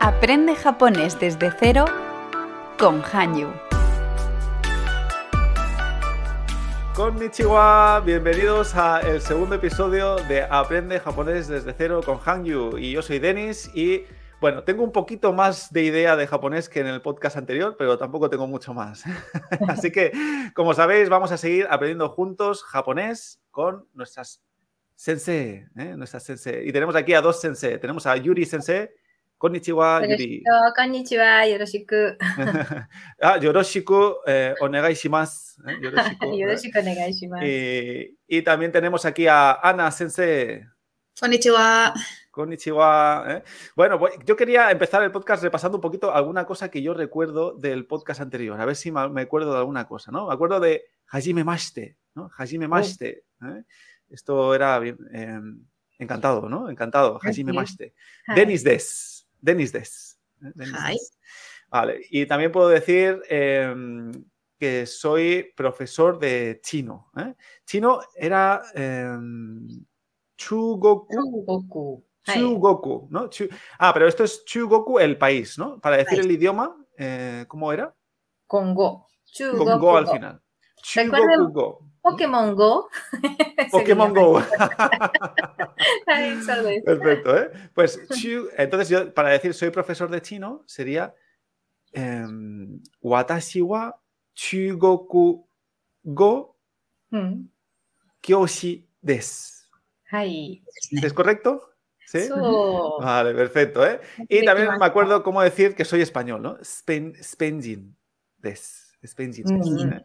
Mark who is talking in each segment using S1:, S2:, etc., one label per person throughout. S1: Aprende japonés desde cero con Hanyu.
S2: Konnichiwa, bienvenidos a el segundo episodio de Aprende japonés desde cero con Hangyu y yo soy Denis y bueno, tengo un poquito más de idea de japonés que en el podcast anterior, pero tampoco tengo mucho más. Así que, como sabéis, vamos a seguir aprendiendo juntos japonés con nuestras sensei, ¿eh? nuestras sensei. Y tenemos aquí a dos sensei. Tenemos a Yuri sensei. Konnichiwa,
S3: よろ
S2: Yuri.
S3: しく、こんにちは、よろしく、
S2: ah, yoroshiku, eh, onegaishimasu. ¿eh? Yoroshiku,
S3: よろしくお願いします。
S2: Y, Eh, y también tenemos aquí a Ana Sensei.
S4: Konnichiwa.
S2: Konnichiwa. ¿eh? Bueno, pues yo quería empezar el podcast repasando un poquito alguna cosa que yo recuerdo del podcast anterior. A ver si ma- me acuerdo de alguna cosa, ¿no? Me acuerdo de Hajime Mashite, ¿no? Hajime Mashite. ¿eh? Esto era bien, eh, encantado, ¿no? Encantado. Hajime
S3: Ujú.
S2: Mashite.
S3: はい
S2: Denis Des. Denis Des. ¿eh? Denis
S4: Ay.
S2: Des. Vale, y también puedo decir eh, que soy profesor de chino. ¿eh? Chino era eh, Chugoku.
S3: 中国はい。
S2: Chugoku, ¿no? Chu- Ah, pero esto es Chugoku, el país, ¿no? Para decir
S4: País.
S2: el idioma, eh, ¿cómo era?
S3: 今後。中国
S2: Con go al final.
S3: Recuerden-
S2: Chugoku Go.
S3: ポケモン GO?
S2: Pokémon Go.
S3: はい、そうで す。
S2: Perfecto, ¿eh? Pues chu- entonces yo, para decir soy profesor de chino, sería em, Watashi wa Chugoku Go
S3: うん。
S2: Kyoshi des.
S3: はい。
S2: ¿Es correcto? Sí.
S3: そう。
S2: Vale, perfecto, ¿eh? Y también me acuerdo cómo decir que soy español, ¿no? Spen, spenjin des. Spenjin des,
S3: Mm.
S2: ¿eh?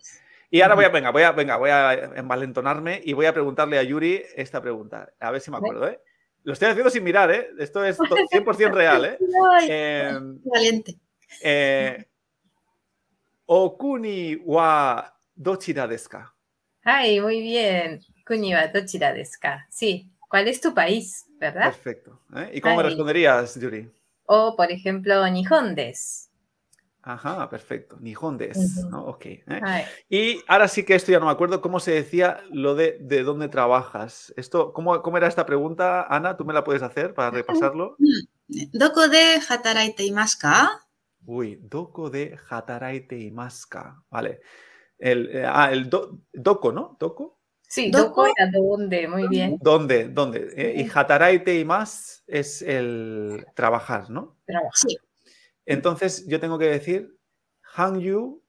S2: Y ahora voy a, venga, voy a, venga, voy a envalentonarme y voy a preguntarle a Yuri esta pregunta. A ver si me acuerdo, ¿eh? Lo estoy haciendo sin mirar, ¿eh? Esto es to- 100% real, ¿eh?
S3: はい。
S2: eh
S4: Valiente.
S2: eh, Okuni wa dochira desu ka?
S3: はい、muy bien。国はどちらですか Sí. ¿Cuál es tu país? ¿Verdad?
S2: Perfecto. ¿eh? ¿Y cómo me
S3: Ahí.
S2: responderías, Yuri?
S3: O, por ejemplo, 日本です。
S2: Ajá, perfecto. Nihon desu,
S3: Ujú.
S2: ¿no? Ok. ¿eh?
S3: はい。
S2: Y ahora sí que esto ya no me acuerdo cómo se decía lo de de dónde trabajas. Esto, ¿cómo, cómo era esta pregunta, Ana? ¿Tú me la puedes hacer para repasarlo?
S4: ¿Doko de hataraite imasu ka?
S2: Uy, doko de hataraite imasu ka? Vale. El, eh, ah, el do- doko, ¿no? ¿Doko?
S3: Sí,
S4: ¿Dónde?
S3: ¿dónde? ¿Dónde? Muy bien.
S2: ¿Dónde? ¿Dónde? eh? y hataraite imasu es el trabajar, ¿no?
S3: Trabajo.
S2: Entonces yo tengo que decir Hangyu,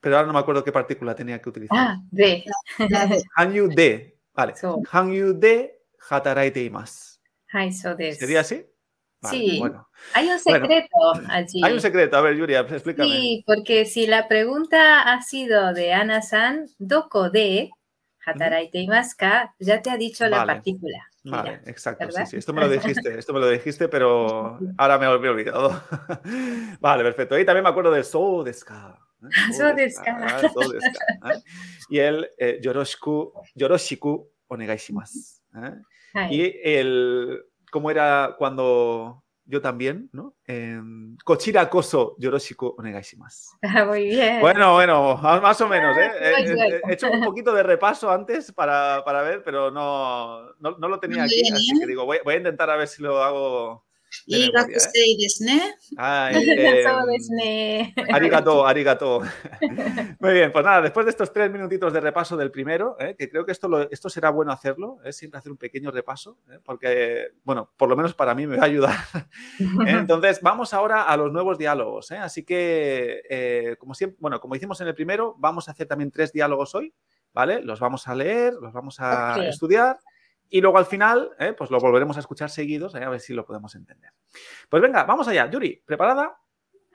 S2: pero ahora no me acuerdo qué partícula tenía que utilizar.
S3: Ah, de.
S4: La de-
S2: Hangyu de, vale.
S3: So.
S2: Hangyu de hataraite imasu.
S3: はい、そうです。
S2: ¿Sería así? Vale,
S3: Pues Sí.
S2: Bueno,
S3: Hay un
S2: Bueno.
S3: secreto allí.
S2: hay un secreto. A ver, Yuria, pues explícame.
S3: Sí, porque si la pregunta ha sido de Ana-san, ¿doko de hataraite imasu ka? Ya te ha dicho la
S2: Vale.
S3: partícula. Mira.
S2: Vale, exacto. Sí,
S3: ¿verdad?
S2: sí, esto me lo dijiste, esto me lo dijiste, pero ahora me lo he olvidado. vale, perfecto. Y también me acuerdo de ¿eh? So Deska.
S3: So desu ka.
S2: Y el eh, Yoroshiku, Yoroshiku onegaishimasu. ¿eh?
S3: Ay,
S2: Y el. ¿Cómo era cuando yo también, no? Em, Kochira koso yoroshiku onegaishimasu.
S3: Muy bien.
S2: Bueno, bueno, más más o menos, ¿eh? Eh,
S3: Ay, ay.
S2: eh, He hecho un poquito de repaso antes para, para ver, pero no, no, no lo tenía
S4: Muy
S2: aquí,
S4: bien,
S2: así
S4: ¿eh?
S2: que digo, voy, voy a intentar a ver si lo hago. de
S4: Y
S2: memoria, ¿eh?
S4: gakusei desu ne.
S2: Ay,
S3: Eso
S2: em,
S3: es ne.
S2: Arigato, arigato. Muy bien, pues nada, después de estos tres minutitos de repaso del primero, ¿eh? que creo que esto, lo- esto será bueno hacerlo, ¿eh? siempre hacer un pequeño repaso, ¿eh? porque, bueno, por lo menos para mí me va a ayudar. Entonces, vamos ahora a los nuevos diálogos. ¿eh? Así que, eh, como siempre, bueno, como hicimos en el primero, vamos a hacer también tres diálogos hoy, ¿vale? Los vamos a leer, los vamos a
S3: Ok.
S2: estudiar y luego al final, ¿eh? pues los volveremos a escuchar seguidos, ¿eh? a ver si lo podemos entender. Pues venga, vamos allá. Yuri, ¿preparada?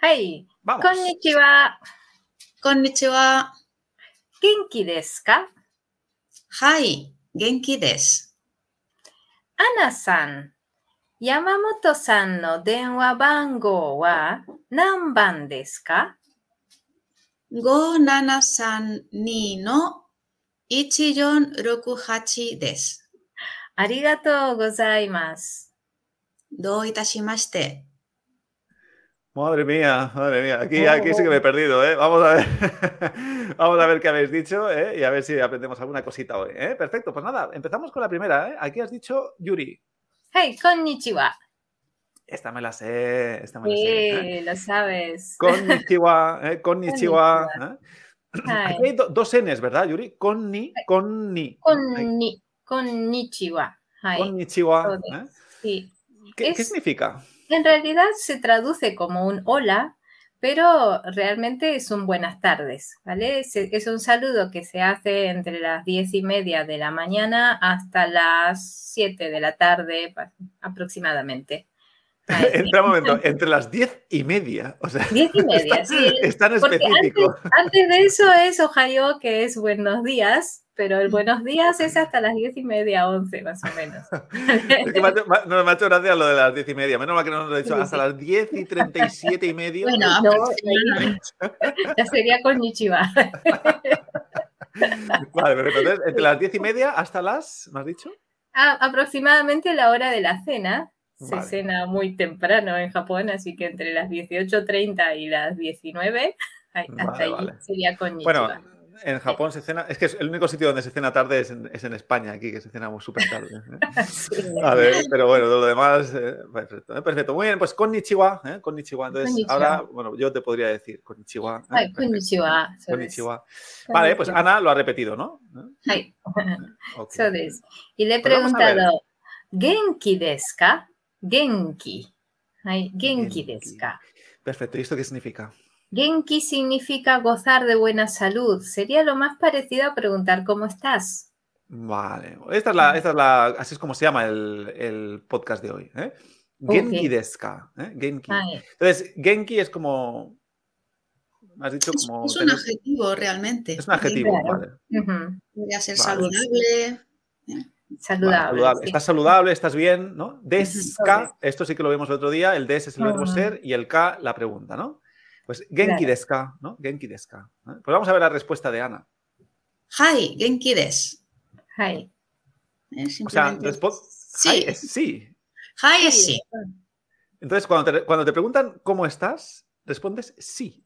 S3: Ay,
S2: Vamos.
S3: konnichiwa.
S4: Konnichiwa.
S3: ¿Genki desu ka?
S4: Hai. Genki desu.
S3: Ana-san. Yamamoto-san no denwa bango wa nanban desu ka?
S4: 5732の1468です。
S3: ありがとうございます。
S4: どういたしまして。
S2: Madre mía, madre mía, aquí,
S3: Oh,
S2: aquí sí que me he
S3: oh.
S2: perdido, ¿eh? Vamos a ver, vamos a ver qué habéis dicho ¿eh? y a ver si aprendemos alguna cosita hoy. ¿eh? Perfecto, pues nada, empezamos con la primera. ¿eh? Aquí has dicho Yuri.
S3: Hey, konnichiwa.
S2: Esta me la sé, esta me la sé. ¿eh?
S3: Sí, lo sabes.
S2: Konnichiwa, ¿eh? Konnichiwa. ¿eh?
S3: Ay,
S2: Aquí hay do- dos Ns, ¿verdad, Yuri? Konni, konni. Ay,
S3: Konni, konnichiwa. Ay,
S2: Konnichiwa.
S3: todo.
S2: ¿eh?
S3: sí.
S2: ¿Qué,
S3: Es-
S2: qué significa?
S3: En realidad se traduce como un hola, pero realmente es un buenas tardes, ¿vale? Es, es un saludo que se hace entre las diez y media de la mañana hasta las 7 de la tarde pa- aproximadamente. Ay, sí.
S2: Espera un momento, entre las diez y media. O sea,
S3: Diez y media, sí.
S2: es tan
S3: Porque antes,
S2: específico.
S3: antes de eso es Ohio, que es buenos días, pero
S2: Mm.
S3: el buenos días es hasta las diez y media, once más o menos.
S2: Es que me ha hecho- me ha- no, me ha hecho gracia lo de las diez y media. Menos mal que no nos lo he dicho
S3: Sí,
S2: hasta
S3: sí.
S2: las diez y treinta y siete y media.
S4: Bueno,
S3: No,
S4: aproximadamente.
S3: Ya sería con Nichiba.
S2: Vale, pero entonces, entre las diez y media hasta las, ¿me has dicho?
S3: A- aproximadamente la hora de la cena. Se
S2: Vale.
S3: cena muy temprano en Japón, así que entre las 18.30 y las 19, ay, hasta
S2: Vale,
S3: ahí
S2: vale.
S3: sería con
S2: Bueno, en Japón se cena, es que es el único sitio donde se cena tarde es en, es en España, aquí que se cena súper tarde. ¿eh? A ver, pero bueno, de lo demás, eh, perfecto, eh, perfecto. Muy bien, pues konnichiwa, ¿eh? konnichiwa. Entonces,
S3: Konnichiwa.
S2: ahora, bueno, yo te podría decir konnichiwa. ¿eh?
S3: Ay,
S2: Perfecto.
S3: konnichiwa, so
S2: Konnichiwa. Vale, pues Ana lo ha repetido, ¿no? ¿Eh?
S3: Ay,
S2: Ok.
S3: so desu. Y le he
S2: Pues vamos a ver.
S3: preguntado, ¿genki desu ka? Genki. Ay,
S2: Genki.
S3: genki desu ka.
S2: Perfecto, ¿y esto qué significa?
S3: Genki significa gozar de buena salud. Sería lo más parecido a preguntar cómo estás.
S2: Vale, esta es la, esta es la así es como se llama el, el podcast de hoy. ¿eh?
S3: Ok. Ah.
S2: Genki deska, ¿eh? Genki.
S3: Ay,
S2: Entonces, Genki es como. ¿me has dicho
S4: Es,
S2: como.
S4: es un
S2: tener-
S4: adjetivo realmente.
S2: es un adjetivo,
S3: Claro.
S2: vale.
S3: ujú.
S4: Podría ser
S2: Vale.
S4: saludable.
S2: Vale,
S3: Saludable.
S2: saludable.
S3: sí.
S2: Estás saludable, estás bien, ¿no? Desca,
S3: Correcto.
S2: esto sí que lo vimos el otro día, el des es el verbo
S3: Ajá.
S2: ser y el K la pregunta, ¿no? Pues Genki
S3: Claro.
S2: deska, ¿no? Genki deska. ¿eh? Pues vamos a ver la respuesta de Ana.
S4: Hi, genki desu.
S3: Ay.
S4: ¿eh?
S2: O sea,
S4: Simplemente-
S2: respo- Hi
S4: Sí,
S2: es sí.
S4: hi es sí.
S2: Entonces, cuando te, cuando te preguntan cómo estás, respondes sí.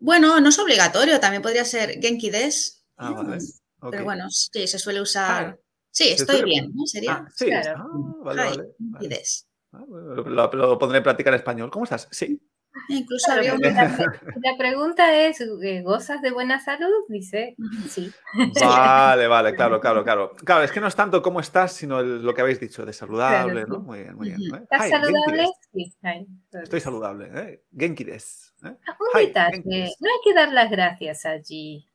S4: Bueno, no es obligatorio, también podría ser genki desu.
S2: Ah,
S4: ¿no?
S2: vale. Ok.
S4: Pero bueno, sí, se suele usar.
S2: Hi.
S4: Sí, estoy
S2: suele-
S4: bien, ¿no?
S2: Ah,
S4: Sería.
S2: sí.
S3: Claro.
S2: Ah, vale,
S4: Hi,
S2: vale, vale.
S4: genki desu.
S2: Ah, bueno, lo, lo pondré en práctica en español. ¿Cómo estás? Sí.
S4: Eh, Incluso
S3: Claro,
S4: había
S3: porque
S4: un.
S3: la, pre- la pregunta es, eh, ¿gozas de buena salud? Dice, sí.
S2: Vale, vale, claro, claro, claro. Claro, es que no es tanto cómo estás, sino el- lo que habéis dicho, de saludable,
S3: Claro,
S2: ¿no?
S3: sí.
S2: Muy bien, muy bien.
S4: Ujú.
S2: ¿eh?
S3: ¿Estás
S2: Hi, Genki
S3: saludable?
S2: desu.
S3: Sí. ay, todo
S2: Estoy
S3: bien.
S2: saludable, ¿eh? Genki desu. ¿eh?
S3: Ah, Un
S2: Hi,
S3: detalle,
S2: Genki desu.
S3: no hay que dar las gracias allí.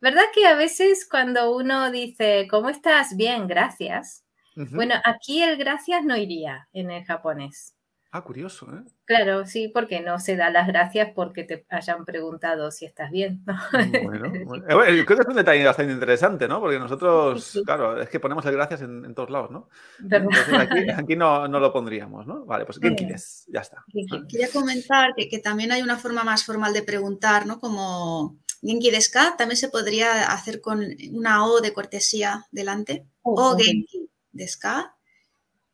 S3: ¿Verdad que a veces cuando uno dice, ¿cómo estás? Bien, gracias.
S2: Ujú.
S3: Bueno, aquí el gracias no iría en el japonés.
S2: Ah, curioso, ¿eh?
S3: Claro, sí, porque no se da las gracias porque te hayan preguntado si estás bien. ¿no?
S2: Bueno, bueno. Eh, bueno, creo que es un detalle bastante interesante, ¿no? Porque nosotros,
S3: Sí, sí.
S2: claro, es que ponemos el gracias en, en todos lados, ¿no?
S3: ¿Verdad?
S2: Entonces aquí, aquí no, no lo pondríamos, ¿no? Vale, pues Genki desu, ya está.
S4: Quería comentar que, que también hay una forma más formal de preguntar, ¿no? Como Genki desu ka, también se podría hacer con una O de cortesía delante. O Genki desu ka.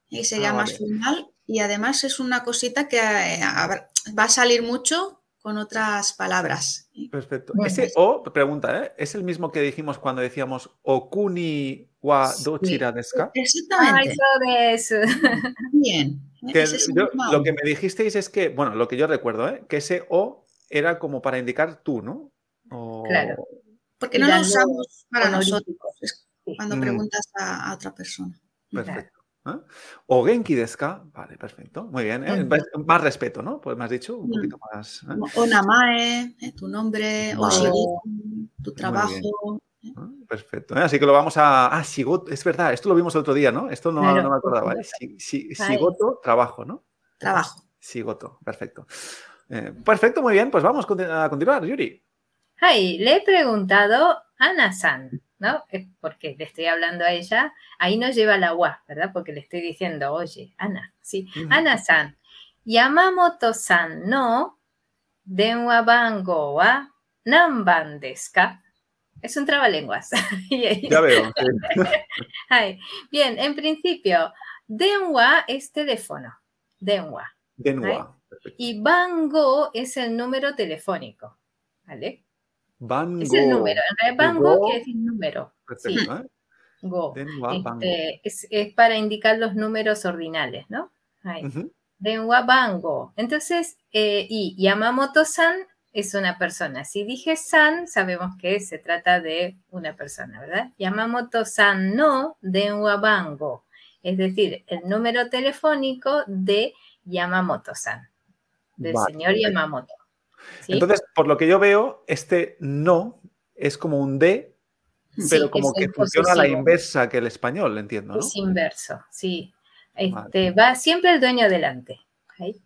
S4: Y sería
S2: Ah,
S4: más
S2: vale.
S4: formal. Y además es una cosita que eh, habrá- va a salir mucho con otras palabras. ¿eh?
S2: Perfecto.
S3: Bueno,
S2: Ese
S4: pues-
S2: O, pregunta, ¿eh? ¿Es el mismo que dijimos cuando decíamos Okuni wa dochira desu ka?
S3: Ah,
S4: Exactamente.
S3: eso de eso.
S4: Bien.
S3: E
S4: ¿eh?
S2: Que
S4: Es esa
S2: yo-
S4: misma
S2: lo
S4: O.
S2: que me dijisteis es que, bueno, lo que yo recuerdo, ¿eh? que ese O era como para indicar tú, ¿no? O-
S3: Claro.
S4: Porque
S3: y
S4: no lo
S3: darle
S4: usamos para
S3: honorífico.
S4: nosotros. Es cuando
S2: Mm.
S4: preguntas a, a otra persona.
S2: Perfecto. ¿eh? O Genki Deska, vale, perfecto, muy bien. ¿eh?
S3: Ujú.
S2: Más- Más respeto, ¿no? Pues me has dicho, un
S4: Mm.
S2: poquito más. ¿eh?
S4: Como O namae, ¿eh? tu nombre, o
S2: Vale.
S4: shiriku, tu trabajo.
S2: ¿eh? Perfecto, ¿eh? así que lo vamos a. Ah, Shigoto, es verdad, esto lo vimos el otro día, ¿no? Esto no,
S3: Claro,
S2: no me acordaba. ¿eh?
S3: por
S2: Shi- shi-
S3: Vale.
S2: Shigoto, trabajo, ¿no?
S4: Trabajo.
S2: Shigoto, perfecto. Eh, perfecto, muy bien, pues vamos conti- a continuar, Yuri.
S3: Ay, le he preguntado a Ana-san, ¿no? Es porque le estoy hablando a ella. Ahí no lleva la UA, ¿verdad? Porque le estoy diciendo, oye, Ana, sí.
S2: Ujú.
S3: Ana-san, Yamamoto-san no denwa bango wa nanban desu ka? Es un trabalenguas. Y ahí-
S2: Ya veo. sí.
S3: Ay, bien, en principio, denwa es teléfono. Denwa.
S2: Denwa. perfecto.
S3: Y bango es el número telefónico. ¿Vale?
S2: Bango.
S3: Es el número. En realidad, bango
S2: Go.
S3: quiere decir número.
S2: Perfecto, ¿eh?
S3: Go.
S2: Denwa, bango.
S3: Este, es, es para indicar los números ordinales, ¿no? Ahí.
S2: Ujú.
S3: Denwa Bango. Entonces, eh, y Yamamoto-san es una persona. Si dije san, sabemos que se trata de una persona, ¿verdad? Yamamoto-san no Denwa Bango. Es decir, el número telefónico de Yamamoto-san, del
S2: Vale,
S3: señor
S2: perfecto.
S3: Yamamoto. ¿Sí?
S2: Entonces, por lo que yo veo, este no es como un D,
S3: Sí,
S2: pero
S3: es
S2: como que
S3: el
S2: funciona a la
S3: posesivo.
S2: inversa que el español, entiendo, ¿no?
S3: Es inverso, sí.
S2: Vale.
S3: Este, Va siempre el dueño delante. ¿ok?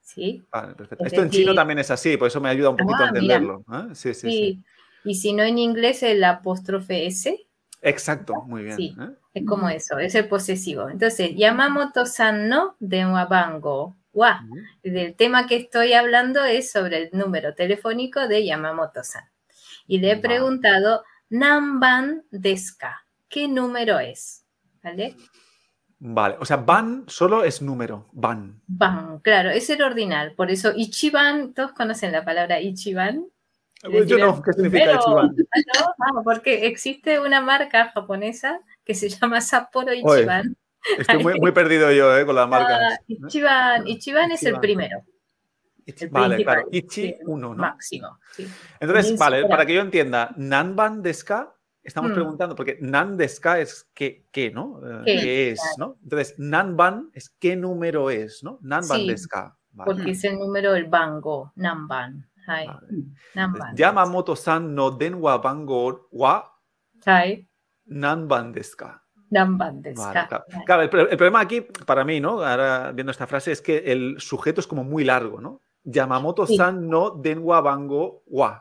S3: ¿Sí?
S2: Vale, perfecto.
S3: Es
S2: Esto en chino
S3: decir-
S2: también es así, por eso me ayuda un poquito a
S3: Ah, mira.
S2: entenderlo. ¿eh? Sí, sí, sí.
S3: Sí. Y si no en inglés el apóstrofe S,
S2: Exacto, muy bien.
S3: Sí.
S2: ¿eh?
S3: es como
S4: Mm.
S3: eso, es el posesivo. Entonces, Yamamoto san no de Wabango. Wa.
S2: Ujú.
S3: Del tema que estoy hablando es sobre el número telefónico de Yamamoto san. Y le he
S2: Vale.
S3: preguntado, Namban Deska, ¿qué número es? ¿Vale?
S2: Vale, o sea, van solo es número, van.
S3: Ban, claro, es el ordinal. Por eso, Ichiban, todos conocen la palabra Ichiban.
S2: Yo,
S3: decir,
S2: no, ¿qué significa
S3: pero-
S2: Ichiban?
S3: Ah, no, ah, porque existe una marca japonesa que se llama Sapporo Ichiban.
S2: Estoy muy, muy perdido yo eh, con las marcas.
S3: Ah, Ichiban, Ichiban es el
S2: Ichiban.
S3: primero,
S2: Ichi-
S3: el
S2: vale, claro.
S3: principal,
S2: Ichi
S3: sí,
S2: 1, ¿no?
S3: máximo. sí.
S2: Entonces,
S3: Bien
S2: vale,
S3: superado.
S2: para que yo entienda, Nanban deska, estamos
S3: Mm.
S2: preguntando, porque Nan deska es qué, qué ¿no? Eh,
S3: ¿Qué?
S2: ¿Qué, es, no? Entonces, Nanban es qué número es, ¿no? Nanban
S3: Sí, Pues
S2: deska. Vale.
S3: Porque es el número del bango, Namban. Hai,
S2: Vale.
S3: Namban.
S2: Yamamoto-san no denwa bango wa
S3: Hai,
S2: Nanban deska.
S3: Namban desu
S2: Vale,
S3: ka.
S2: claro. Claro, el, pro- el problema aquí, para mí, ¿no? Ahora viendo esta frase, es que el sujeto es como muy largo, ¿no? Yamamoto-san no denwa bango wa.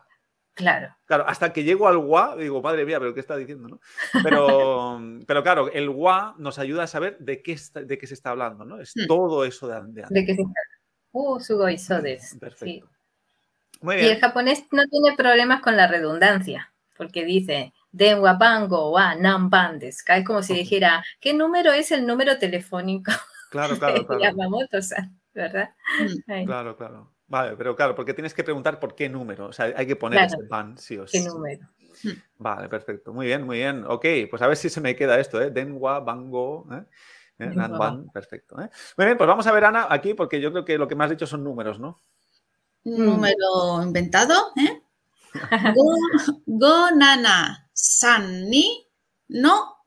S3: Claro,
S2: Claro, hasta que llego al wa, digo, madre mía, pero ¿qué está diciendo, no? Pero, pero claro, el wa nos ayuda a saber de qué, está- de qué se está hablando, ¿no? Es
S4: Hmm.
S2: todo eso de, de antes.
S3: de que se Uh, sugoi so desu, sí.
S2: Perfecto. Muy
S3: Y el
S2: bien.
S3: japonés no tiene problemas con la redundancia, porque dice denwa bango wa namban desu ka". Es como si
S2: Ujú.
S3: dijera, ¿qué número es el número telefónico
S2: Claro,
S3: de
S2: claro, claro.
S3: Yamamoto-san? ¿Verdad? Ay,
S2: Claro, claro. Vale, pero claro, porque tienes que preguntar por qué número. O sea, hay que poner
S3: Claro.
S2: ese pan, sí o sí.
S3: ¿Qué número?
S2: Vale, perfecto. Muy bien, muy bien. Ok, pues a ver si se me queda esto, ¿eh? Denwa, Bango, ¿eh? Eh,
S3: Denwa,
S2: Nan, Ban, perfecto. ¿eh? Muy bien, pues vamos a ver, Ana, aquí, porque yo creo que lo que me has dicho son números, ¿no?
S4: Un número inventado, ¿eh? Go, go nana san ni no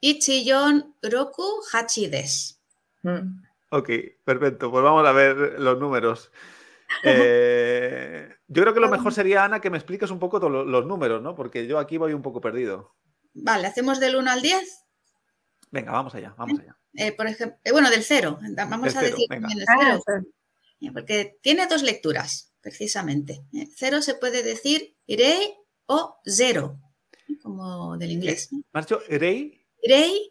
S4: ichiyon roku hachi des.
S3: Mm.
S2: Ok, perfecto. Pues vamos a ver los números. Eh, yo creo que lo mejor sería, Ana, que me expliques un poco to- lo- los números, ¿no? Porque yo aquí voy un poco perdido.
S4: Vale, hacemos del 1 al 10.
S2: Venga, vamos allá, vamos allá.
S4: eh, por ejemplo, bueno, del 0. Vamos
S2: Del
S4: a
S2: cero,
S4: decir
S2: venga.
S4: también el
S3: Ah,
S4: 0. Eh, Porque tiene dos lecturas, precisamente. ¿eh? Cero se puede decir irei o zero, ¿eh? como del inglés. ¿no?
S2: Marcho, Rey.
S4: Irei,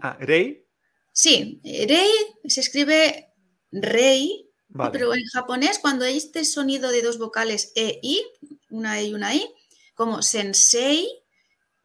S2: Ah, Rey.
S4: sí, irei se escribe rei,
S2: Vale.
S4: pero en japonés cuando hay este sonido de dos vocales e i, una e y una i, como sensei,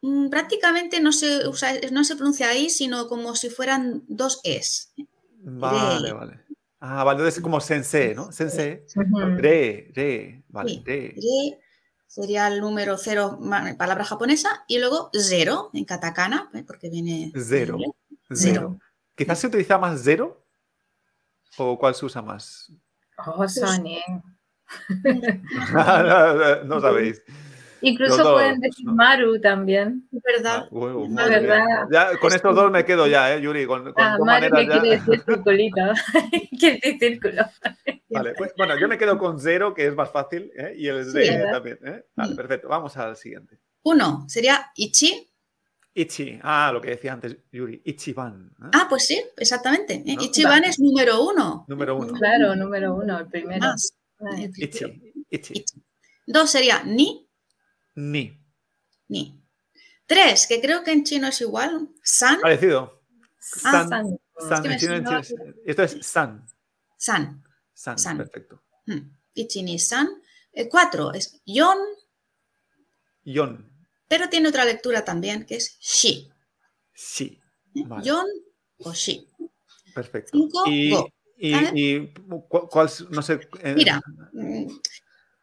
S4: mm, prácticamente no se usa, no se pronuncia i, sino como si fueran dos es.
S2: Vale,
S4: Rei.
S2: vale. Ah, vale, entonces como sensei, ¿no? Sensei.
S3: ujú.
S2: Re, re, vale,
S4: Sí.
S2: re.
S4: Re sería el número cero, ma- palabra japonesa, y luego cero en katakana, ¿eh? porque viene. de
S2: Zero.
S4: inglés.
S2: Cero. Quizás se utiliza más cero o cuál se usa más.
S3: Oh, son, eh.
S2: no sabéis.
S3: Incluso
S2: Los dos,
S3: pueden decir
S2: ¿no?
S3: Maru también.
S4: Es verdad.
S2: Ah, huevo,
S4: Es
S2: muy
S4: verdad.
S2: bien. Ya, con estos dos me quedo ya, ¿eh, Yuri? Con, con
S3: Ah,
S2: dos
S3: Maru que
S2: maneras ya.
S3: quiere decir circulito. quiere decir círculo.
S2: Vale, pues, bueno, yo me quedo con cero, que es más fácil, ¿eh? y el re
S3: ¿verdad?
S2: también. ¿eh? Vale,
S4: Mm.
S2: perfecto. Vamos al siguiente.
S4: Uno sería ichi.
S2: Ichi. Ah, lo que decía antes, Yuri. Ichiban. ¿eh?
S4: Ah, pues sí, exactamente. ¿eh?
S2: No.
S4: Ichiban es número uno.
S2: Número uno.
S3: Claro, número uno, el primero.
S4: Más.
S3: Ay,
S4: El primero.
S2: Ichi. Ichi.
S4: Ichi. Dos sería ni,
S2: Ni.
S4: ni. Tres, que creo que en chino es igual, san,
S2: Parecido.
S4: Ah,
S2: San.
S3: San.
S2: San.
S4: me
S2: en chino, en
S4: sonaba
S2: chino- Esto es san.
S4: san.
S2: San.
S4: San.
S2: Perfecto.
S4: Mm. Ichi ni san. Eh, cuatro es yon,
S2: Yon.
S4: pero tiene otra lectura también, que es shi.
S2: Sí.
S4: ¿eh?
S2: Vale.
S4: Yon o shi.
S2: Perfecto.
S4: Cinco,
S2: y,
S4: go.
S2: y-
S4: ¿Vale?
S2: y cu- cuál, es- no sé. eh,
S4: Mira. Mm,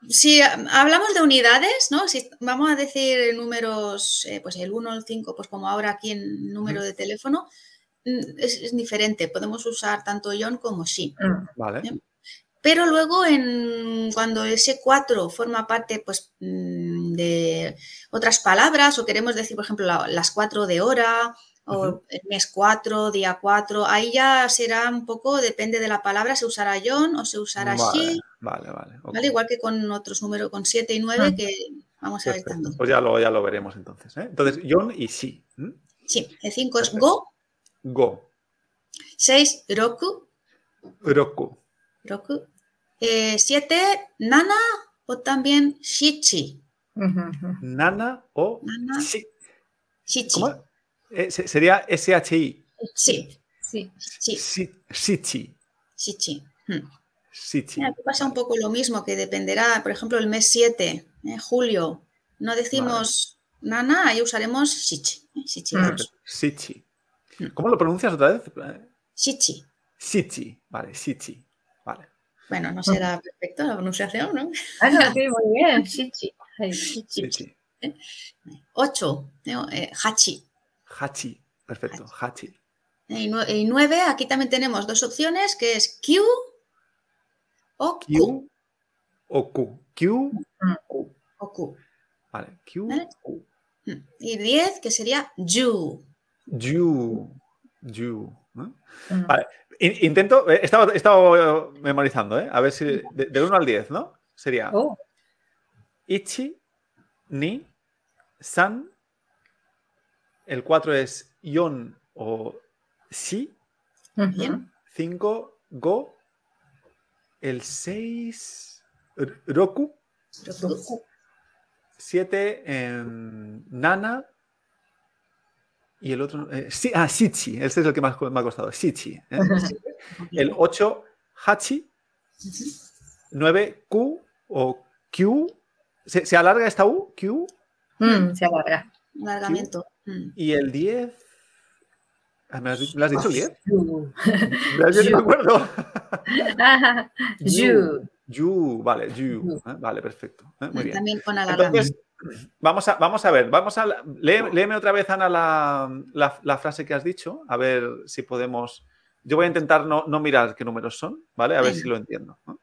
S4: Si ah, hablamos de unidades, ¿no? Si vamos a decir números, eh, pues el 1, el 5, pues como ahora aquí en número de teléfono, es, es diferente. Podemos usar tanto yon como sí.
S3: Mm,
S2: Vale.
S4: Pero luego, en, cuando ese 4 forma parte pues, de otras palabras, o queremos decir, por ejemplo, la- las 4 de hora, o
S2: Ujú.
S4: el mes 4, día 4, ahí ya será un poco, depende de la palabra, se usará yon o se usará
S2: Vale,
S4: she,
S2: vale, vale. ok.
S4: ¿vale? igual que con otros números, con 7 y 9,
S3: Ah.
S4: que vamos a ver
S2: Perfecto.
S4: tanto.
S2: Pues ya lo, ya lo veremos entonces. ¿eh? Entonces, John y sí. ¿m?
S4: Sí, el 5 es
S2: Perfecto.
S4: go,
S2: Go.
S4: 6 roku,
S2: Roku.
S4: roku 7 nana o también shichi.
S3: Ujú.
S2: Nana o
S4: Nana,
S2: sí.
S4: shichi.
S2: ¿Cómo? Eh, se- sería SHI.
S4: Sí,
S3: Sí.
S4: sí,
S2: Sí, Sichi.
S4: shichi. Hmm.
S2: Sichi.
S4: Mira, aquí pasa un poco lo mismo, que dependerá, por ejemplo, el mes 7, eh, julio, no decimos nana, ahí usaremos shichi. eh, Shichi.
S2: Ah,
S3: Mm.
S4: dos.
S2: Sichi.
S4: Mm.
S2: ¿Cómo lo pronuncias otra vez? Eh,
S4: Shichi.
S2: Sichi. Vale, Sichi. Vale.
S4: Bueno, no
S2: Ah.
S4: será perfecto la pronunciación, ¿no?
S3: Ah, no, sí, muy bien. Chichi. Ay, chichi.
S2: Sichi.
S4: 8, eh, hachi.
S2: Hachi. Perfecto. Hachi.
S4: Eh, Y, nue- y 9, aquí también tenemos dos opciones, que es kyu o ku.
S2: Q o Q. Q.
S3: Mm.
S2: Q.
S4: o ku.
S2: Vale. Q.
S4: ¿Vale?
S2: Q.
S4: Hmm. Y 10, que sería yu.
S2: Yu. Yu. ¿no?
S3: Mm.
S2: Vale. In- Intento, eh, he estado, he estado, eh, memorizando, ¿eh? A ver si. de- del 1 al 10, ¿no? Sería.
S3: Oh,
S2: Ichi, ni, san. El 4 es yon o si.
S3: ujú.
S4: Bien.
S2: 5, go. El 6, r- roku.
S4: roku.
S2: 7, em, nana. Y el otro, eh, si- ah, Sichi, este es el que más co- me ha costado, Sichi. ¿eh? El 8, Hachi. 9, Q o Q. Se, se alarga esta U, Q.
S3: Mm, se alarga.
S4: Alargamiento. Hmm.
S2: Y el 10. Ah, ¿Me has, di- me has dicho 10?
S3: Yu.
S2: Me has- yo no me acuerdo.
S3: Ajá. Yu.
S2: Yu, vale, Yu.
S3: Yu.
S2: ¿eh? Vale, perfecto. ¿eh? Muy bien.
S4: También con alargamiento.
S2: Entonces, vamos a, vamos a ver, vamos a. la- lee- léeme otra vez, Ana, la, la- la frase que has dicho, a ver si podemos. Yo voy a intentar no, no mirar qué números son, ¿vale? A ver
S4: Venga.
S2: si lo entiendo. ¿no?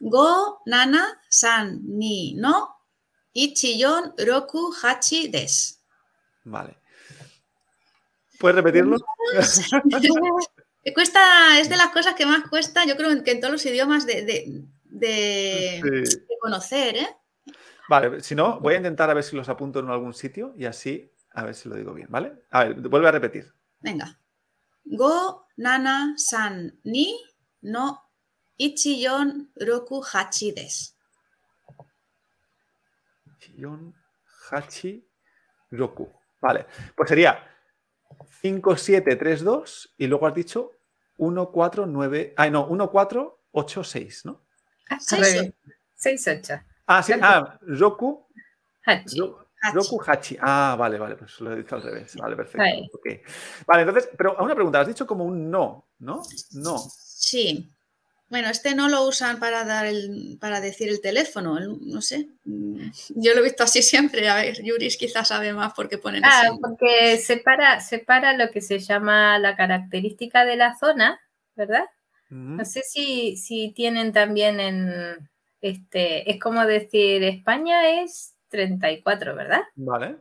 S4: Go, nana, san, ni, no. Ichiyon, roku, hachi, des.
S2: Vale. ¿Puedes repetirlo?
S4: Me cuesta, es de las cosas que más cuesta, yo creo que en todos los idiomas de, de- de-
S2: Sí.
S4: de conocer, ¿eh?
S2: Vale, si no, voy a intentar a ver si los apunto en algún sitio y así a ver si lo digo bien, ¿vale? A ver, vuelve a repetir.
S4: Venga. Go, nana, san, ni, no. Ichiyon, roku, hachi, des.
S2: Shion, Hachi, Roku. Vale, pues sería 5, 7, 3, 2 y luego has dicho 1, 4, 9. Ay, no, 1, 4, 8, 6, ¿no?
S3: Ah,
S4: Seis,
S3: al revés.
S4: ocho.
S3: Seis, ocho.
S2: Ah, sí,
S3: Claro.
S2: ah, Roku,
S3: Hachi.
S2: Ro-
S4: Hachi.
S2: Roku Hachi. Ah, vale, vale, pues lo he dicho al revés. Vale, perfecto.
S3: Ahí.
S2: ok. Vale, entonces, pero una pregunta, has dicho como un no, ¿no? No.
S4: Sí. Bueno, este no lo usan para dar el, para decir el teléfono, el- no sé. Mm, Yo lo he visto así siempre. A ver, Yuris quizás sabe más porque ponen
S3: Ah,
S4: así.
S3: porque separa, separa lo que se llama la característica de la zona, ¿verdad?
S2: Ujú.
S3: No sé si, si tienen también en, este, es como decir, España es 34, ¿verdad?
S2: Vale.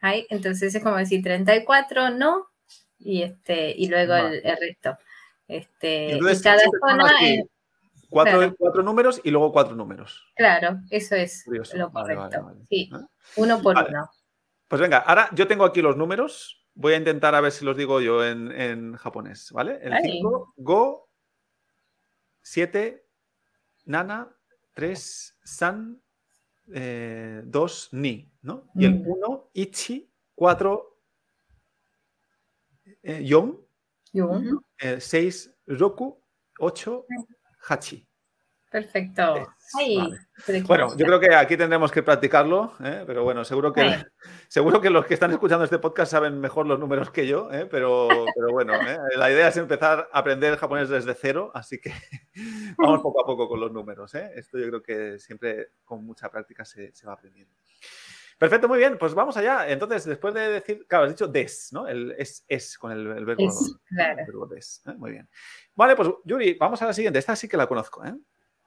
S3: Ahí, entonces es como decir 34, no, y este, y luego el-
S2: Vale.
S3: el, resto. Este, y
S2: Entonces,
S3: cada
S2: siempre son
S3: zona,
S2: así,
S3: es-
S2: cuatro,
S3: claro.
S2: cuatro números y luego cuatro números.
S3: claro, eso es
S2: Curioso.
S3: lo
S2: Vale,
S3: correcto.
S2: vale, vale.
S3: Sí,
S2: Ah.
S3: uno por
S2: Vale.
S3: uno.
S2: Pues venga, ahora yo tengo aquí los números. Voy a intentar a ver si los digo yo en, en japonés, ¿vale? El
S3: Vale.
S2: 5, go, 7, nana, 3, san, 2, ni, ¿no? Y el
S3: Mm.
S2: 1, ichi, 4, yon,
S3: Y un,
S4: Ujú.
S2: 6, eh, roku, 8, hachi.
S3: Perfecto. Ahí,
S2: Este, Vale.
S3: seleccionaste.
S2: Bueno, yo creo que aquí tendremos que practicarlo, ¿eh? pero bueno, seguro que,
S3: Sí.
S2: seguro que los que están escuchando este podcast saben mejor los números que yo, ¿eh? pero, pero bueno, ¿eh? la idea es empezar a aprender japonés desde cero, así que vamos poco a poco con los números. ¿eh? Esto yo creo que siempre con mucha práctica se, se va aprendiendo. Perfecto, muy bien, pues vamos allá. Entonces, después de decir, claro, has dicho des, ¿no? El es, es con el, el verbo,
S3: Es, claro.
S2: el verbo des. ¿eh? Muy bien. Vale, pues Yuri, vamos a la siguiente. Esta sí que la conozco, ¿eh?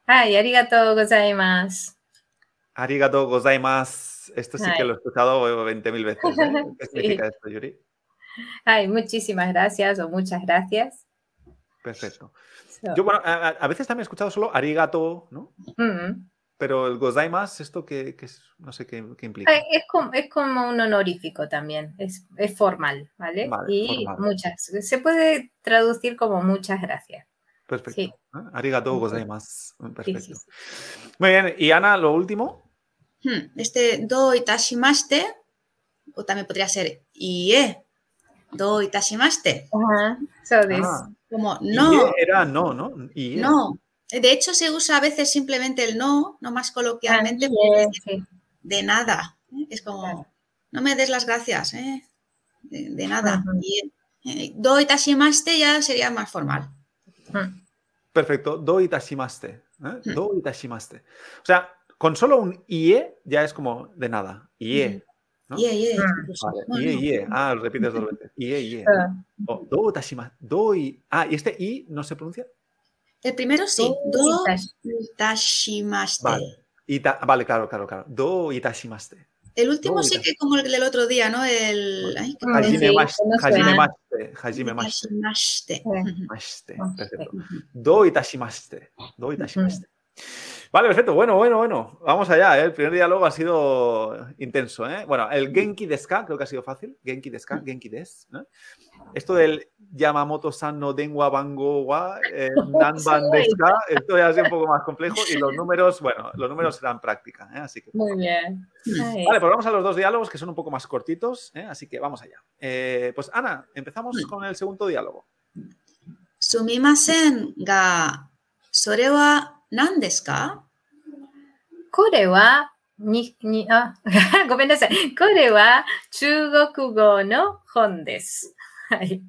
S3: Ay, arigato gozaimasu.
S2: Arigato gozaimasu. Esto sí
S3: Ay.
S2: que lo he escuchado eh, 20.000 veces. ¿eh? ¿Qué significa esto, Yuri?
S3: Ay, muchísimas gracias o muchas gracias.
S2: Perfecto.
S3: So,
S2: Yo, bueno, a, a- a veces también he escuchado solo arigato, ¿no?
S3: mm.
S2: Pero el gozaimasu, esto que, que es- no sé qué, qué implica.
S3: Ay, es, como, es como un honorífico también, es, es formal, ¿vale?
S2: Vale,
S3: y
S2: formal.
S3: muchas, se puede traducir como muchas gracias.
S2: Perfecto.
S3: sí.
S2: ¿eh? Arigato
S3: Ujú.
S2: gozaimasu. Mm,
S3: Sí,
S2: Perfecto.
S3: sí, sí.
S2: Muy bien. Y Ana, lo último.
S4: Hmm, Este do itashimaste, o también podría ser E, ie, do itashimaste,
S3: Ajá, so this.
S2: Ah,
S4: como
S2: y
S4: no,
S2: Era no, ¿no? Y
S4: no. De hecho, se usa a veces simplemente el no, no más coloquialmente,
S3: Ah,
S4: puedes
S3: sí, sí.
S4: de nada. ¿eh? Es como,
S3: Claro.
S4: no me des las gracias, ¿eh? de, de nada.
S3: Ujú.
S4: Bien. Eh, Do itashimaste ya sería más formal.
S3: Mm,
S2: Perfecto. Do itashimaste. ¿eh?
S4: Hmm.
S2: Do itashimaste. O sea, con solo un IE ya es como de nada. IE. ¿No?
S4: Ie, ie,
S3: Mm.
S4: incluso.
S2: Vale,
S4: No,
S2: IE,
S4: no.
S2: IE. Ah, lo repites dos veces. IE, IE.
S3: so,
S2: O Oh, do itashimaste. Do i- Ah, ¿y este I no se pronuncia?
S4: El primero sí, do
S3: itashi-
S4: itashimaste.
S2: Vale. Ita- vale, claro, claro, claro. Do itashimaste.
S4: El último
S2: Do
S4: sí
S2: itashi-
S4: que como el del otro día, ¿no? El ay,
S3: Mm, sí,
S2: Hajime mas-
S3: no suena.
S2: hajime maste. Hajime maste.
S4: itashimaste.
S3: Sí.
S2: Maste.
S3: Maste.
S2: Perfecto. Do itashimaste. Do itashimaste. Vale, perfecto. Bueno, bueno, bueno. Vamos allá. ¿eh? El primer diálogo ha sido intenso. ¿eh? Bueno, el Genki Deska creo que ha sido fácil. Genki Deska, Genki Des. ¿no? Esto del Yamamoto San no Denwa Bango Wa eh, Nanban Deska, esto ya es un poco más complejo. Y los números, bueno, los números serán práctica. ¿eh? Así que.
S3: Muy bien. Ay,
S2: Vale, pues vamos a los dos diálogos que son un poco más cortitos. ¿eh? Así que vamos allá. Eh, pues Ana, empezamos con el segundo diálogo.
S4: Sumimasen ga sore wa nan desu ka?
S3: これは、に、に、 あ、ごめんなさい。これは中国語の本です。はい。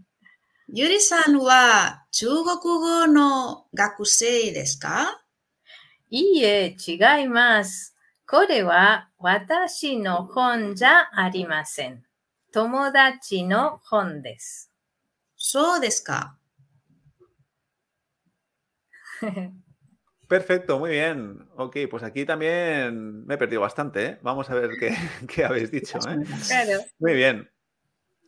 S4: Yuri-san wa chugoku go no gakusei desu ka?
S3: いいえ、違います。これは私の本じゃありません。友達の本です。
S4: そうですか。
S2: Perfecto, muy bien. Ok, pues aquí también me he perdido bastante. ¿eh? Vamos a ver qué, qué habéis dicho. ¿eh?
S3: Claro.
S2: Muy bien.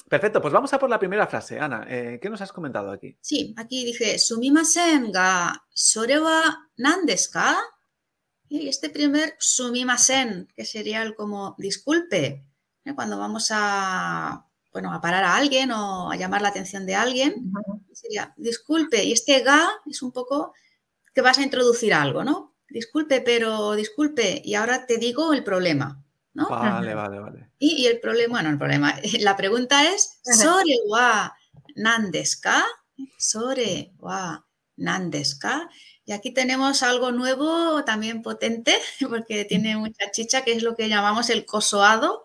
S2: Perfecto, pues vamos a por la primera frase, Ana. eh, ¿Qué nos has comentado aquí?
S4: Sí, aquí dice sumimasen ga sore wa nan desu ka? Y este primer sumimasen, que sería el como disculpe, ¿eh? cuando vamos a, bueno, a parar a alguien o a llamar la atención de alguien, sería disculpe, y este ga es un poco que vas a introducir algo, ¿no? Disculpe, pero disculpe, y ahora te digo el problema, ¿no?
S2: Vale, vale, vale.
S4: Y, y el problema, bueno, el problema, la pregunta es,
S3: Ajá.
S4: ¿sore wa nan desu ka? ¿Sore wa nan desu ka? Y aquí tenemos algo nuevo, también potente, porque tiene mucha chicha, que es lo que llamamos el cosoado,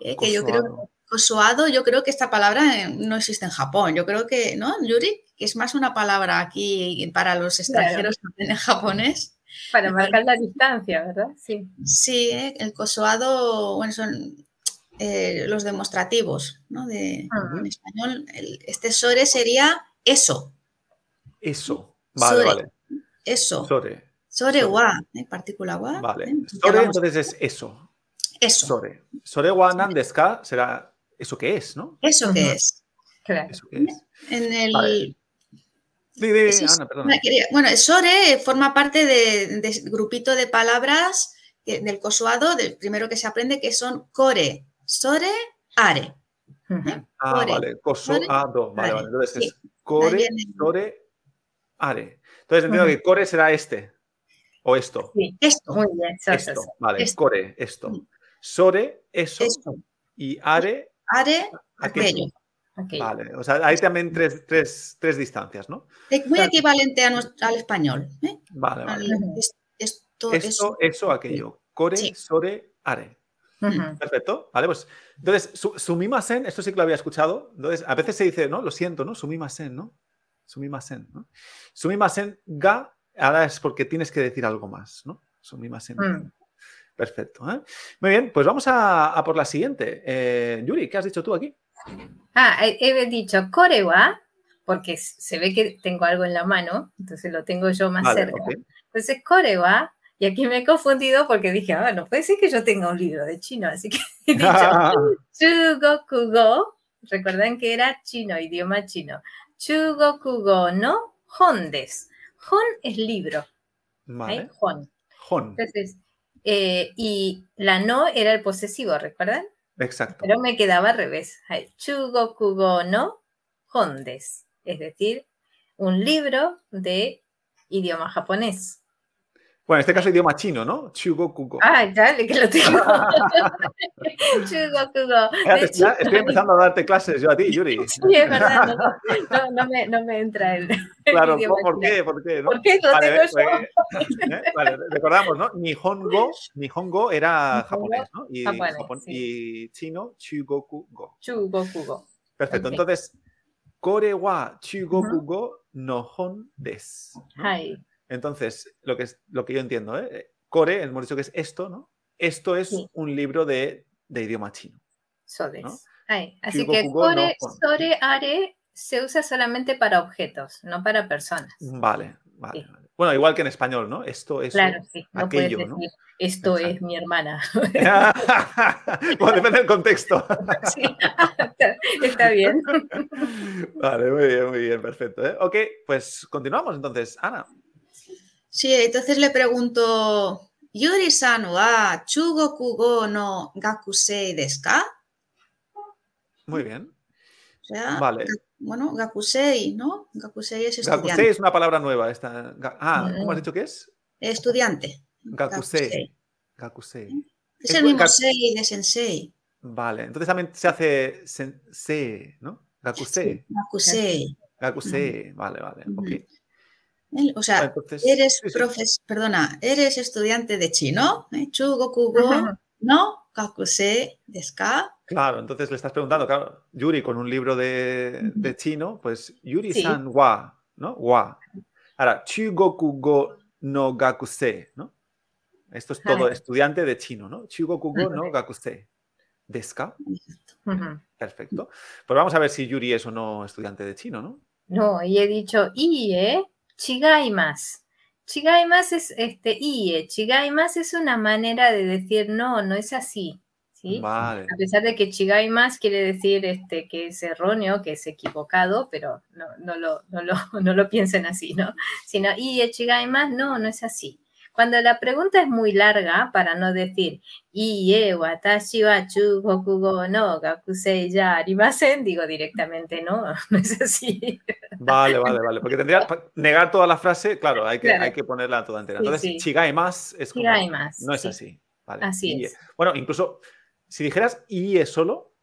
S4: eh, que yo creo
S2: Cosoado.
S4: Cosoado, yo creo que esta palabra eh, no existe en Japón. Yo creo que, ¿no, Yuri? Que es más una palabra aquí para los extranjeros también en japonés.
S3: Para marcar la distancia, ¿verdad? Sí.
S4: Sí, eh, el cosoado, bueno, son eh, los demostrativos, ¿no? De,
S3: Ujú.
S4: En español, el- este sore sería eso,
S2: Eso. Vale,
S4: Sore.
S2: vale.
S4: eso. Sore,
S2: Sore.
S4: wa, eh, partícula wa.
S2: Vale.
S4: eh,
S2: Sore
S4: llamamos
S2: entonces es eso.
S4: eso,
S2: Sore. Sore wa nan desu ka será eso que es, ¿no?
S4: eso
S3: Ujú.
S4: que es.
S3: Claro.
S2: Eso que es.
S4: En el,
S2: Vale. Di, di,
S4: Eso es
S2: Ana, perdona.
S4: una querida- Bueno, el SORE forma parte de- del grupito de palabras que- del cosoado, del primero que se aprende, que son core, sore, are.
S3: Ujú.
S2: Ah,
S4: Core.
S2: vale. Cosoado. Vale,
S4: Vale.
S2: vale. Entonces
S4: Sí.
S2: es core,
S4: viene.
S2: sore, are. Entonces entiendo
S3: Ujú.
S2: que core será este. O esto.
S4: Esto,
S3: Muy bien. so, so,
S2: Esto.
S3: so.
S2: Vale.
S4: Esto.
S2: Core, esto.
S4: Mm.
S2: Sore, eso.
S4: esto,
S2: Y are,
S4: are,
S2: aquello.
S4: aquello.
S3: Ok.
S2: Vale, o sea, hay también tres, tres- tres distancias, ¿no?
S4: Es Muy
S2: Claro.
S4: equivalente a nuestro- al español. ¿eh?
S2: Vale, vale.
S4: Al- es- esto,
S2: Esto,
S4: eso.
S2: eso, aquello. Core,
S4: Sí.
S2: sore, are.
S3: Ujú.
S2: Perfecto, vale, pues. Entonces, su, sumimasen, esto sí que lo había escuchado. Entonces, a veces se dice, no, lo siento, ¿no? Sumimasen, ¿no? Sumimasen, ¿no? Sumimasen ga, ahora es porque tienes que decir algo más, ¿no? Sumimasen.
S3: Mm.
S2: Perfecto. ¿eh? Muy bien, pues vamos a, a por la siguiente. Eh, Yuri, ¿qué has dicho tú aquí?
S3: Ah, he, he dicho Corewa, porque se ve que tengo algo en la mano, entonces lo tengo yo más
S2: Vale,
S3: cerca.
S2: ok.
S3: Entonces Corewa, y aquí me he confundido porque dije, ah, no puede ser que yo tenga un libro de chino, así que he dicho ¿eh? Chugokugo, recuerdan que era chino, idioma chino. Chugokugo no hondes. Hon es libro, ¿eh?
S2: Vale.
S3: Hon.
S2: Hon.
S3: Entonces, eh, y la no era el posesivo, ¿recuerdan?
S2: Exacto.
S3: Pero me quedaba al revés. Ay, Chugokugo no hondes. Es decir, un libro de idioma japonés.
S2: Bueno, en este caso idioma chino, ¿no? Chugokugo.
S3: eh. Ah, dale, que lo tengo. Chugokugo.
S2: Fíjate,
S3: de
S2: ya estoy
S3: China.
S2: empezando a darte clases yo a ti, Yuri.
S3: Sí, es verdad, no, no, no me, no me entra el. el
S2: Claro,
S3: idioma
S2: ¿por
S3: chino.
S2: qué? ¿Por qué? no?
S3: ¿Por qué lo
S2: Vale,
S3: tengo
S2: ve-
S3: yo?
S2: ve- ¿eh? Vale, recordamos, ¿no? Nihongo, Nihongo era
S3: Nihongo,
S2: japonés, ¿no? Y,
S3: japonés,
S2: japon-
S3: sí.
S2: y chino, Chugokugo.
S3: Chugokugo.
S2: Perfecto,
S3: Ok.
S2: entonces, Kore wa Chugokugo no hon des. ¿no?
S3: Ay,
S2: Entonces, lo que, es, lo que yo entiendo, ¿eh? Kore, hemos dicho que es esto, ¿no? Esto es
S3: Sí.
S2: un libro de, de idioma chino.
S3: sodes.
S2: ¿No?
S3: Ay, así
S2: Chugo,
S3: que
S2: kugo, no,
S3: core,
S2: con.
S3: sore, are se usa solamente para objetos, no para personas.
S2: Mm, Vale, vale.
S3: Sí.
S2: vale. Bueno, igual que en español, ¿no? Esto es.
S3: Claro, sí. No
S2: aquello,
S3: puedes
S2: ¿no?
S3: decir, esto
S2: Exacto.
S3: es mi hermana.
S2: bueno, depende del contexto.
S3: Sí. está, está bien.
S2: Vale, muy bien, muy bien, perfecto. ¿eh? Ok, pues continuamos entonces, Ana.
S4: Sí, entonces le pregunto, Yuri-san wa Chugokugo no Gakusei desu ka?
S2: Muy bien.
S4: O sea,
S2: Vale.
S4: ga- bueno, Gakusei, ¿no? Gakusei es estudiante.
S2: Gakusei es una palabra nueva. Esta. Ga- Ah, ¿cómo has
S3: Mm.
S2: dicho que es?
S4: Estudiante.
S2: Gakusei. Gakusei.
S4: Es
S2: Es
S4: el
S2: bu-
S4: mismo
S2: gak-
S4: sei de sensei.
S2: Vale, entonces también se hace sensei, ¿no? Gakusei.
S4: Gakusei.
S2: Gakusei, vale, vale.
S4: Ujú.
S2: Ok.
S4: ¿eh? O sea,
S2: Entonces,
S4: eres
S2: pues, sí, sí.
S4: profes, perdona, eres estudiante de chino, ¿eh? Chugokugo no Gakusei desu ka?
S2: Claro, entonces le estás preguntando, claro, Yuri con un libro de, de chino, pues Yuri-san
S3: Sí.
S2: wa, ¿no? Wa. Ahora, Chugokugo no Gakuse, ¿no? Esto es todo
S3: Ajá.
S2: estudiante de chino, ¿no? Chugokugo no Gakuse. Deska.
S3: Ujú.
S2: Perfecto. Pues vamos a ver si Yuri es o no estudiante de chino, ¿no?
S3: No, y he dicho IE, chigaimas. Chigaimas es este IE, chigaimas es una manera de decir no, no es así, ¿sí?
S2: Vale.
S3: A pesar de que chigaimas quiere decir este, que es erróneo, que es equivocado, pero no, no, lo, no, lo, no lo piensen así, ¿no? Sino IE, chigaimas, no, no es así. Cuando la pregunta es muy larga, para no decir IE, watashi wa chugokugo no gakusei ya arimasen, digo directamente no, no es así.
S2: Vale, vale, vale. Porque tendría pa- negar toda la frase, claro, hay que,
S3: Claro.
S2: hay que ponerla toda entera.
S3: Sí,
S2: Entonces,
S3: sí.
S2: chigai más es como.
S3: hay más.
S2: No es
S3: sí.
S2: así. Vale.
S3: Así
S2: IE.
S3: es.
S2: Bueno, incluso si dijeras IE solo,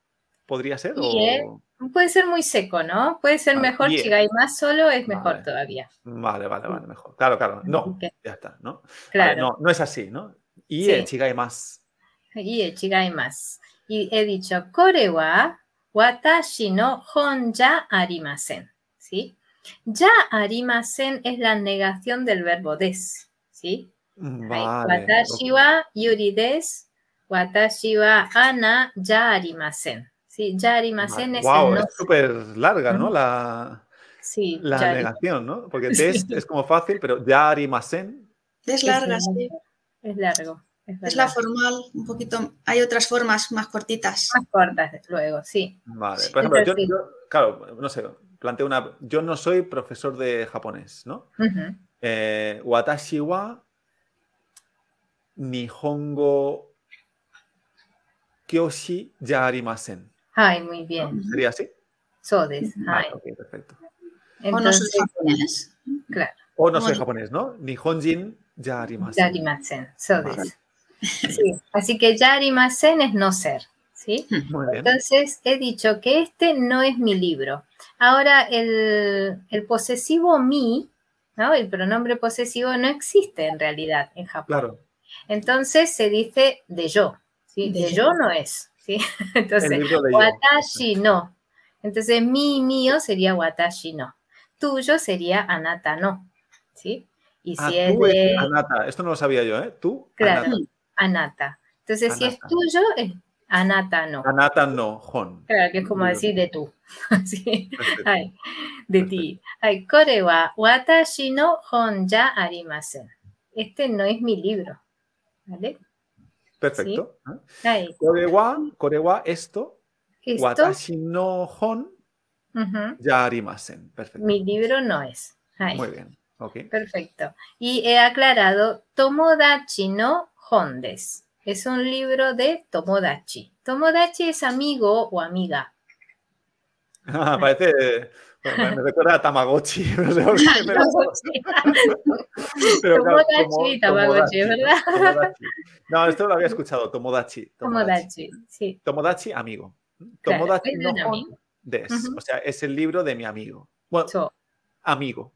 S2: podría ser.
S3: IE.
S2: O...
S3: Puede ser muy seco, ¿no? Puede ser
S2: Vale,
S3: mejor.
S2: bien.
S3: Si hay más solo, es mejor
S2: Vale.
S3: todavía.
S2: Vale, vale, vale, mejor. Claro, claro. No,
S3: Ok.
S2: ya está, ¿no? Vale,
S3: Claro.
S2: no, no es así, ¿no? IE,
S3: Sí.
S2: chigai más.
S3: Y el chigai más. Y he dicho, Kore wa watashi no hon ya arimasen. ¿Sí? Ya arimasen es la negación del verbo des. ¿Sí? Ahí,
S2: mm, Vale.
S3: Watashi
S2: ok.
S3: wa yuri des. Watashi wa ana ya arimasen. ¿Sí? Ya arimasen es
S2: Guau,
S3: el no.
S2: es súper larga, ¿no? La,
S3: Sí,
S2: la
S3: ya
S2: negación, ¿no? Porque
S3: Sí.
S2: test es como fácil, pero ya arimasen.
S4: Es
S3: Es
S4: larga, sí.
S3: largo, Es largo. Es,
S4: Es
S3: verdad.
S4: la formal, un poquito. Hay otras formas más cortitas.
S3: más cortas luego, sí.
S2: Vale.
S4: Sí,
S2: Por ejemplo, yo,
S3: entonces-
S2: yo- claro, no sé, planteo una. Yo no soy profesor de japonés, ¿no?
S3: Ujú.
S2: Eh, watashi wa Nihongo Kyoshi ya arimasen.
S3: Ay, muy bien.
S2: ¿Sería así?
S3: Sodes. Ay.
S2: Vale, ok, perfecto.
S4: O no soy
S3: Entonces,
S4: japonés.
S2: O no
S4: Como
S2: soy
S4: yo.
S2: japonés, ¿no? Nihonjin ya arimasen.
S3: yarimasen. Sodes.
S2: Vale.
S3: Sí. Así que yarimasen es no ser. ¿sí?
S2: Muy bien.
S3: Entonces he dicho que este no es mi libro. Ahora, el, el posesivo mi, ¿no? el pronombre posesivo no existe en realidad en Japón.
S2: Claro.
S3: Entonces se dice de yo. ¿sí?
S4: De
S3: De,
S4: yo.
S3: yo no es. ¿sí? Entonces,
S2: El libro de yo.
S3: pues, Watashi no. Entonces, mi mío sería watashi no. Tuyo sería anata no. ¿sí? Y
S2: Ah,
S3: si es
S2: tú es
S3: de
S2: Anata. Esto no lo sabía yo, ¿eh? Tú,
S3: Claro.
S2: Anata.
S3: anata. Entonces, si es
S2: Anata.
S3: tuyo, es anata no.
S2: Anata no, hon.
S3: Claro, que es como
S2: Muy
S3: decir de tú. Sí.
S2: Perfecto.
S3: Ay, de ti. Ay, kore wa watashi no hon ya arimasen. Este no es mi libro. ¿Vale?
S2: Perfecto.
S3: Ay,
S2: Korewa, korewa esto,
S3: esto,
S2: watashi no hon
S3: ujú,
S2: ya arimasen. Perfecto.
S3: mi libro no es. Ay,
S2: Muy bien. Ok.
S3: perfecto. Y he aclarado, Tomodachi no hondes. Es un libro de Tomodachi. Tomodachi es amigo o amiga.
S2: Ah, Parece. bueno, me- me recuerda a Tamagotchi. no sé por qué, pero- pero claro,
S3: Tomodachi,
S2: tomo-
S3: Tamagotchi,
S2: tomodachi,
S3: ¿verdad?
S2: tomodachi. No, esto lo había escuchado. Tomodachi. Tomodachi,
S3: Tomodachi, sí.
S2: Tomodachi, amigo.
S3: Claro,
S2: Tomodachi
S3: es de
S2: no
S3: un
S2: hon
S3: amigo.
S2: des.
S3: Ujú.
S2: O sea, es el libro de mi amigo. Bueno,
S3: so,
S2: amigo.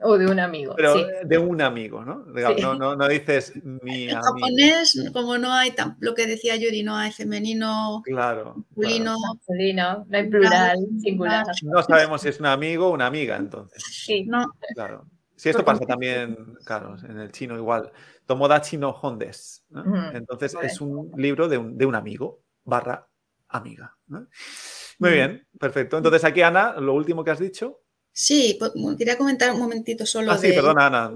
S3: o de un amigo.
S2: Pero
S3: sí.
S2: de un amigo, ¿no? Digamos,
S3: Sí.
S2: No, no, no dices mi
S4: En
S2: amigo.
S4: japonés, como no hay tan, lo que decía Yuri, no hay femenino,
S2: Claro. claro.
S4: masculino.
S3: masculino, no hay plural, singular.
S2: No sabemos si es un amigo o una amiga, entonces.
S3: Sí,
S4: No,
S2: Claro. Si esto pasa también, claro, en el chino igual. Tomodachi no hondes. ¿no?
S3: Ujú.
S2: Entonces
S3: Vale.
S2: es un libro de un, de un amigo barra amiga. ¿no? Muy bien, perfecto. Entonces aquí, Ana, lo último que has dicho.
S4: sí, pues, bueno, quería comentar un momentito solo
S2: Ah, sí,
S4: de-
S2: perdona, Ana.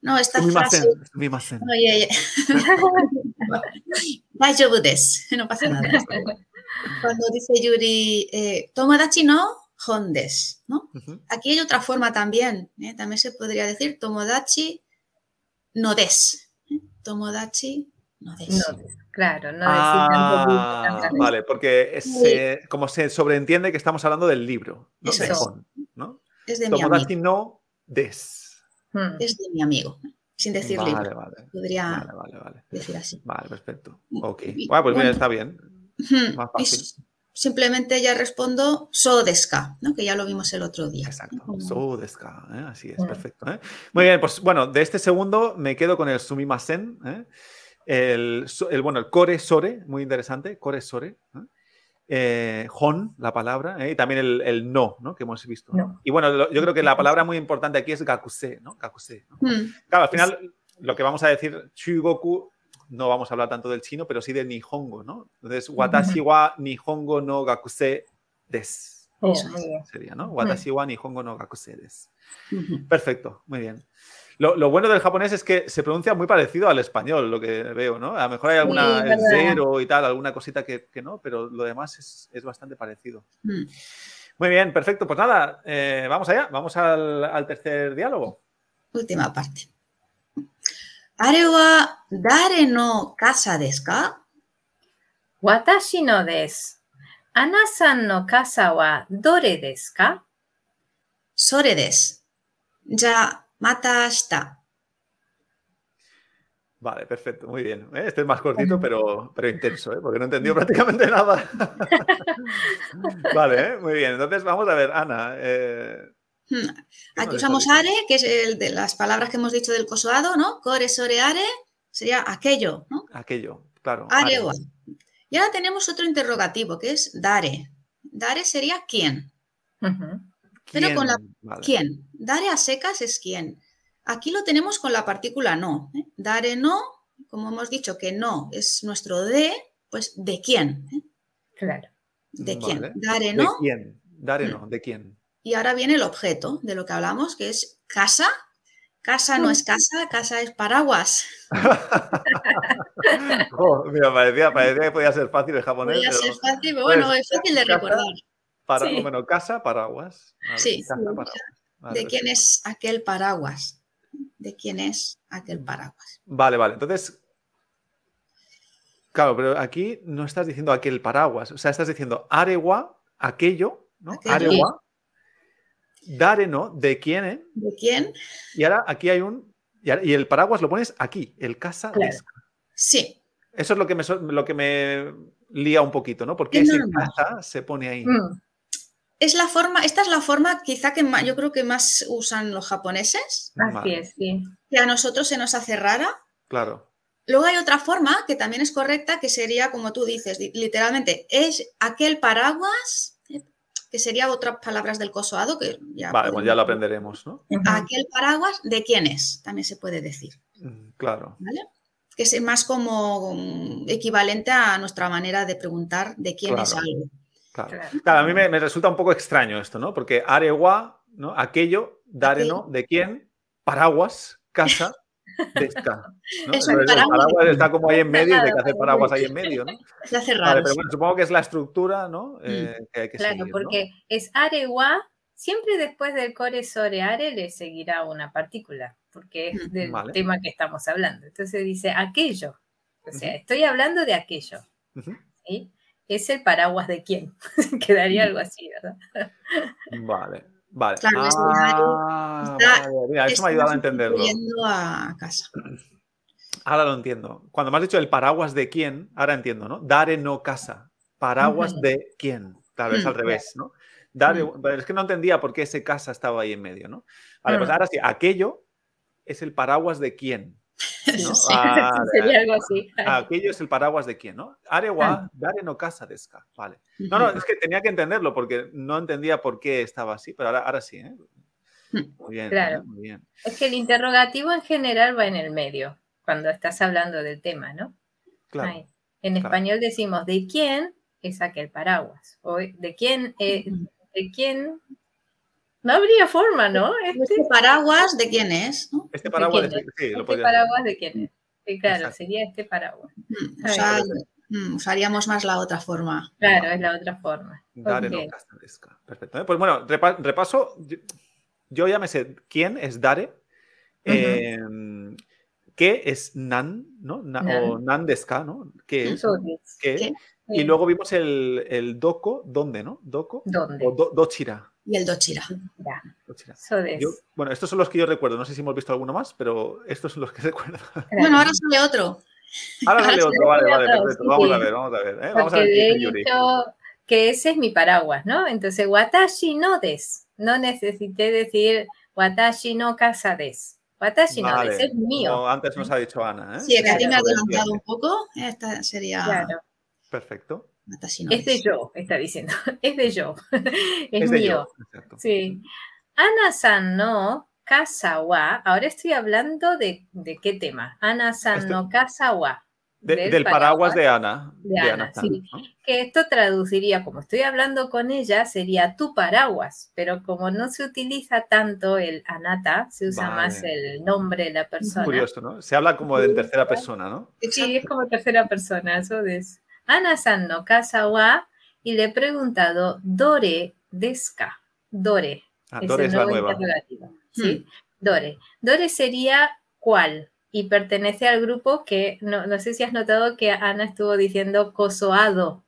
S4: No, esta frase.
S2: Sumimasen, sumimasen.
S4: No, ya, ya. Daijoubu desu, no pasa nada. Cuando dice Yuri, eh, Tomodachi no hondes, ¿no?
S2: Ujú.
S4: Aquí hay otra forma también, ¿eh? también se podría decir Tomodachi no des. ¿eh? Tomodachi no des.
S3: no, claro, no decir
S2: Ah,
S3: tanto.
S2: vale, porque se- como se sobreentiende que estamos hablando del libro, ¿no?
S4: Eso
S2: De
S4: es.
S2: Hon, ¿no?
S4: Es de mi amigo.
S2: Tomodachi no des.
S3: Mm,
S4: Es de mi amigo, ¿eh? sin decir
S2: Vale,
S4: libro.
S2: vale,
S4: Podría
S2: vale, vale, vale.
S4: decir así.
S2: Vale, perfecto.
S4: Y-
S2: Ok.
S4: Mm, y-
S2: Bueno, pues mira,
S4: bueno.
S2: está bien.
S4: Ujú,
S2: Más
S4: y
S2: fácil.
S4: s- Simplemente ya respondo so desca, ¿no? que ya lo vimos el otro día.
S2: Exacto.
S4: ¿no? Como-
S2: Sodeska, ¿eh? Así es,
S3: Mm.
S2: perfecto. ¿eh? Muy bien, pues bueno, de este segundo me quedo con el sumimasen. ¿eh? El, so- el, bueno, el core sore, muy interesante, core sore. ¿eh? Eh, hon, la palabra, ¿eh? y también el, el no, ¿no? Que hemos visto. ¿no?
S3: No.
S2: Y bueno, lo- yo creo que la palabra muy importante aquí es gakuse, ¿no? Gakuse. ¿no?
S4: Mm,
S2: Claro, al final lo que vamos a decir, Shugoku, no vamos a hablar tanto del chino, pero sí del Nihongo, ¿no? Entonces, Watashi wa Nihongo no Gakuse des.
S3: oh,
S4: Eso es.
S3: muy bien.
S2: Sería, ¿no? Watashi wa Nihongo no Gakuse des.
S4: ujú.
S2: Perfecto, muy bien. Lo, lo bueno del japonés es que se pronuncia muy parecido al español, lo que veo, ¿no? A lo mejor hay alguna
S3: Sí,
S2: el
S3: verdad.
S2: cero y tal, alguna cosita que, que no, pero lo demás es, es bastante parecido.
S4: Mm.
S2: Muy bien, perfecto. Pues nada, eh, vamos allá, vamos al, al tercer diálogo.
S4: Última parte. あれは誰の傘ですか
S3: Watashi no des. Ana-san no casa wa dore desu ka?
S4: それです。じゃあ、また明日。
S2: Vale, perfecto, muy bien. ¿eh? Este es más cortito, pero, pero intenso, ¿eh? porque no he entendido prácticamente nada. vale, ¿eh? muy bien. Entonces vamos a ver, Ana. eh,
S4: Hmm.
S2: nos
S4: Aquí
S2: está
S4: usamos
S2: diciendo?
S4: are, que es el de las palabras que hemos dicho del cosoado, ¿no? Core, sore, are, sería aquello, ¿no?
S2: aquello, claro.
S4: Are
S2: are.
S4: o a. Y ahora tenemos otro interrogativo, que es dare. Dare sería quién.
S3: Ujú.
S4: pero con la-
S2: Vale.
S4: ¿Quién? Dare a secas es quién. Aquí lo tenemos con la partícula no. ¿eh? Dare no, como hemos dicho que no es nuestro de, pues de quién. ¿eh?
S3: Claro.
S4: ¿De quién?
S2: Mm, Vale.
S4: Dare
S2: ¿De
S4: no.
S2: quién? Dare no, ¿de quién?
S4: Y ahora viene el objeto de lo que hablamos, que es casa. Casa
S2: Mm.
S4: no es casa, casa es paraguas.
S2: Oh, mira, parecía, parecía que podía ser fácil el japonés.
S4: Podría ser
S2: pero
S4: fácil, pero bueno,
S2: pues,
S4: es fácil de
S2: casa,
S4: recordar.
S2: para,
S3: sí.
S2: Bueno, casa, paraguas. Vale,
S4: Sí.
S2: casa, paraguas. Vale,
S4: ¿De quién es aquel paraguas? ¿De quién es aquel paraguas?
S2: Vale, vale. Entonces, claro, pero aquí no estás diciendo aquel paraguas, o sea, estás diciendo arewa, aquello, ¿no?
S4: Aquello.
S2: Arewa, dare no, de quién, eh?
S4: ¿De quién?
S2: Y ahora aquí hay un. Y, ahora- y el paraguas lo pones aquí, el casa.
S3: Claro.
S2: desca.
S4: Sí,
S2: Eso es lo que, me, so- lo que me lía un poquito, ¿no? Porque
S4: Es
S2: ese
S4: normal.
S2: casa se pone ahí.
S3: Mm,
S4: Es la forma, esta es la forma quizá que más, yo creo que más usan los japoneses,
S3: Así
S2: Vale,
S3: es, sí.
S4: que a nosotros se nos hace rara.
S2: Claro.
S4: Luego hay otra forma que también es correcta, que sería, como tú dices, li- literalmente, es aquel paraguas, ¿eh? que sería otras palabras del cosoado, que ya...
S2: Vale, pues ya lo
S4: podemos-
S2: aprenderemos, ¿no?
S3: Ujú.
S4: Aquel paraguas de quién es, también se puede decir,
S2: Mm, Claro.
S4: ¿vale? que es más como um, equivalente a nuestra manera de preguntar de quién
S2: Claro.
S4: es algo.
S2: Claro.
S3: Claro.
S2: Claro, a mí me, me resulta un poco extraño esto, ¿no? Porque arewa, ¿no? Aquello, dare, ¿no? ¿De quién? Paraguas, casa, de esta. ¿no?
S4: Es un
S2: Pero el
S4: paraguas.
S2: paraguas está como ahí en medio, y de que hacer
S3: Claro.
S2: paraguas ahí en medio, ¿no?
S4: Se hace raro.
S2: Vale, pero bueno, supongo que es la estructura, ¿no? Eh, que hay que
S3: Claro,
S2: seguir, ¿no?
S3: porque es arewa, siempre después del core sobre are le seguirá una partícula, porque es
S4: Mm,
S3: del
S2: vale.
S3: tema que estamos hablando. Entonces dice aquello, o sea,
S2: Ujú.
S3: estoy hablando de aquello,
S2: Ujú.
S3: ¿sí? Es el paraguas de quién, quedaría algo así, ¿verdad?
S2: Vale, vale.
S4: Claro, es un área.
S2: Ah,
S4: Está-
S2: vale, mira, eso me ha
S4: Estamos
S2: ayudado a entenderlo.
S4: sustituyendo a casa.
S2: Ahora lo entiendo. Cuando me has dicho el paraguas de quién, ahora entiendo, ¿no? Dare no casa. Paraguas
S3: Ujú. Mm.
S2: de quién. Claro, es
S4: Mm,
S2: al
S3: claro.
S2: revés, ¿no? Dare, pero es que no entendía por qué ese casa estaba ahí en medio, ¿no? Vale, pues
S3: Mm.
S2: ahora sí, aquello es el paraguas de quién. ¿no? Ah,
S4: Sí.
S2: Vale,
S3: Sería Ah. algo así.
S2: aquello es el paraguas de quién, ¿no? Arewa, dare no casa desca. Vale. No, no, es que tenía que entenderlo porque no entendía por qué estaba así, pero ahora, ahora sí, ¿eh? Muy bien,
S3: Mm.
S2: ¿eh?
S3: Claro.
S2: muy bien.
S3: Es que el interrogativo en general va en el medio, cuando estás hablando del tema, ¿no?
S2: Claro.
S3: Ahí. En
S2: claro.
S3: español decimos de quién es aquel paraguas o de quién eh,
S4: Mm.
S3: de quién no habría forma, ¿no? Este,
S4: Este paraguas, ¿de quién es? no?
S2: Este paraguas,
S3: quién
S2: de- sí, lo
S3: este
S2: podría hacer.
S3: paraguas de quién es. Sí, claro,
S2: Exacto.
S3: sería este paraguas.
S4: Mm,
S3: Ay.
S4: usa- mm, usaríamos más la otra forma.
S3: Claro, es la otra forma.
S2: Dare
S3: Ok.
S2: no Castanesca. Perfecto. ¿eh? Pues bueno, repa- repaso. Yo- Yo ya me sé quién es Dare. eh, ¿Qué es Nan? ¿no? Na- O Nan Deska, ¿no? ¿Qué es?
S3: Eso es.
S2: ¿Qué?
S4: ¿Qué?
S2: Y luego vimos el, el Doko, ¿dónde, no? Doko.
S3: Eh, ¿Dónde?
S2: O do- Dochira.
S4: Y el dochira.
S3: Ya,
S2: Dochira.
S3: eso es.
S2: Yo- bueno, estos son los que yo recuerdo. No sé si hemos visto alguno más, pero estos son los que recuerdo.
S3: Claro.
S4: Bueno, ahora sale otro.
S2: Ahora sale
S4: Ahora
S2: otro, vale,
S3: sale
S2: vale,
S3: otro,
S2: perfecto.
S3: sí.
S2: Vamos a ver, vamos a ver. ¿eh? Vamos a
S3: Porque este
S2: ver quién
S3: le
S2: es
S3: he
S2: Yuri.
S3: dicho que ese es mi paraguas, ¿no? Entonces, watashi no des. No necesité decir watashi no casa des. Watashi no
S2: Vale,
S3: des, es mío.
S2: Como antes nos ha dicho Ana. ¿eh?
S4: Sí, que a ti me ha
S2: Sobre el
S4: adelantado un
S2: viaje.
S4: poco. Esta sería
S3: Claro,
S2: Ah, Perfecto.
S4: Matasinovis.
S3: es de yo, está diciendo. Es de yo. Es,
S2: Es de
S3: mío.
S2: yo. Exacto.
S3: Sí. Ana-san no kasawa. Ahora estoy hablando de, de qué tema. Ana-san
S2: Esto-
S3: no kasawa.
S2: De- del, paraguas de Ana.
S3: de Ana,
S2: San,
S3: sí.
S2: ¿no?
S3: que esto traduciría, como estoy hablando con ella, sería tu paraguas, pero como no se utiliza tanto el anata, se usa
S2: Vale.
S3: más el nombre de la persona.
S2: Curioso, ¿no? Se habla como de en tercera persona, ¿no?
S3: Sí,
S4: Exacto.
S3: es como tercera persona, eso es. Ana-san no kasawa y le he preguntado, ¿dore deska? Dore,
S2: Ah,
S3: es
S2: Dore
S3: el
S2: es la
S3: nuevo
S2: nueva. Hmm.
S3: interrogativo,
S4: Mm.
S3: ¿sí? Dore. Dore sería cuál y pertenece al grupo que, no, no sé si has notado que Ana estuvo diciendo cosoado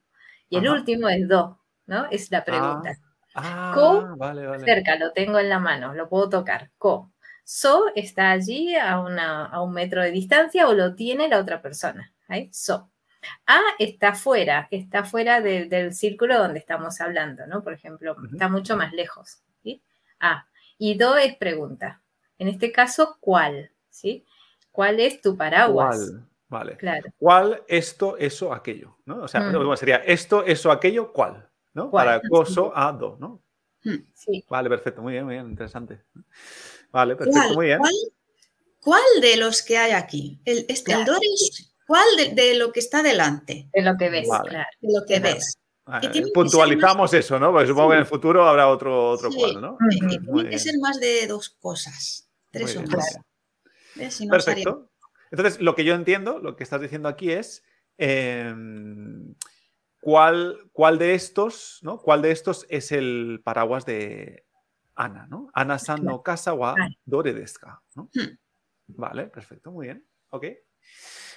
S3: y el
S2: Ajá.
S3: último es do, ¿no? Es la pregunta.
S2: Ah,
S3: Co-
S2: vale, vale.
S3: Cerca, lo tengo en la mano, lo puedo tocar. Co. So está allí a, una- a un metro de distancia o lo tiene la otra persona. ¿ahí? So. A está fuera, está fuera de- del círculo donde estamos hablando, ¿no? Por ejemplo,
S2: Ujú.
S3: está mucho más lejos. ¿sí? A. Y do es pregunta. En este caso, ¿cuál? ¿Sí? ¿Cuál es tu paraguas?
S2: ¿Cuál? Vale.
S3: Claro,
S2: ¿Cuál, esto, eso, aquello? ¿no? O sea,
S3: Mm.
S2: bueno, sería esto, eso, aquello, ¿cuál? ¿no?
S3: ¿Cuál?
S2: Para coso a do, ¿no?
S3: sí.
S2: Vale, perfecto, muy bien, muy bien, interesante. Vale, perfecto,
S4: ¿Cuál,
S2: muy bien.
S4: cuál, cuál de los que hay aquí? El, este, el
S3: Claro.
S4: Doris, ¿cuál de, de lo que está delante?
S3: Es lo que ves,
S2: Vale.
S3: claro.
S4: De lo que
S3: Vale.
S4: ves.
S2: Ah,
S4: que tiene que ser
S2: puntualizamos eso, ¿no? Porque supongo que en el futuro habrá otro, otro
S4: Sí.
S2: cual, ¿no?
S4: Eh, que
S2: Muy
S4: tiene que
S2: bien.
S4: ser más de dos cosas. Tres o
S2: Muy
S4: más.
S2: bien.
S4: ¿Ves? Si no, estaría-
S2: Perfecto. Entonces, lo que yo entiendo, lo que estás diciendo aquí es eh, cuál, cuál de estos, ¿no? ¿Cuál de estos es el paraguas de Ana, ¿no? Ana San no casa wa
S3: Claro.
S2: dore desu ka, ¿no?
S4: Hmm.
S2: Vale, perfecto, muy bien. Ok.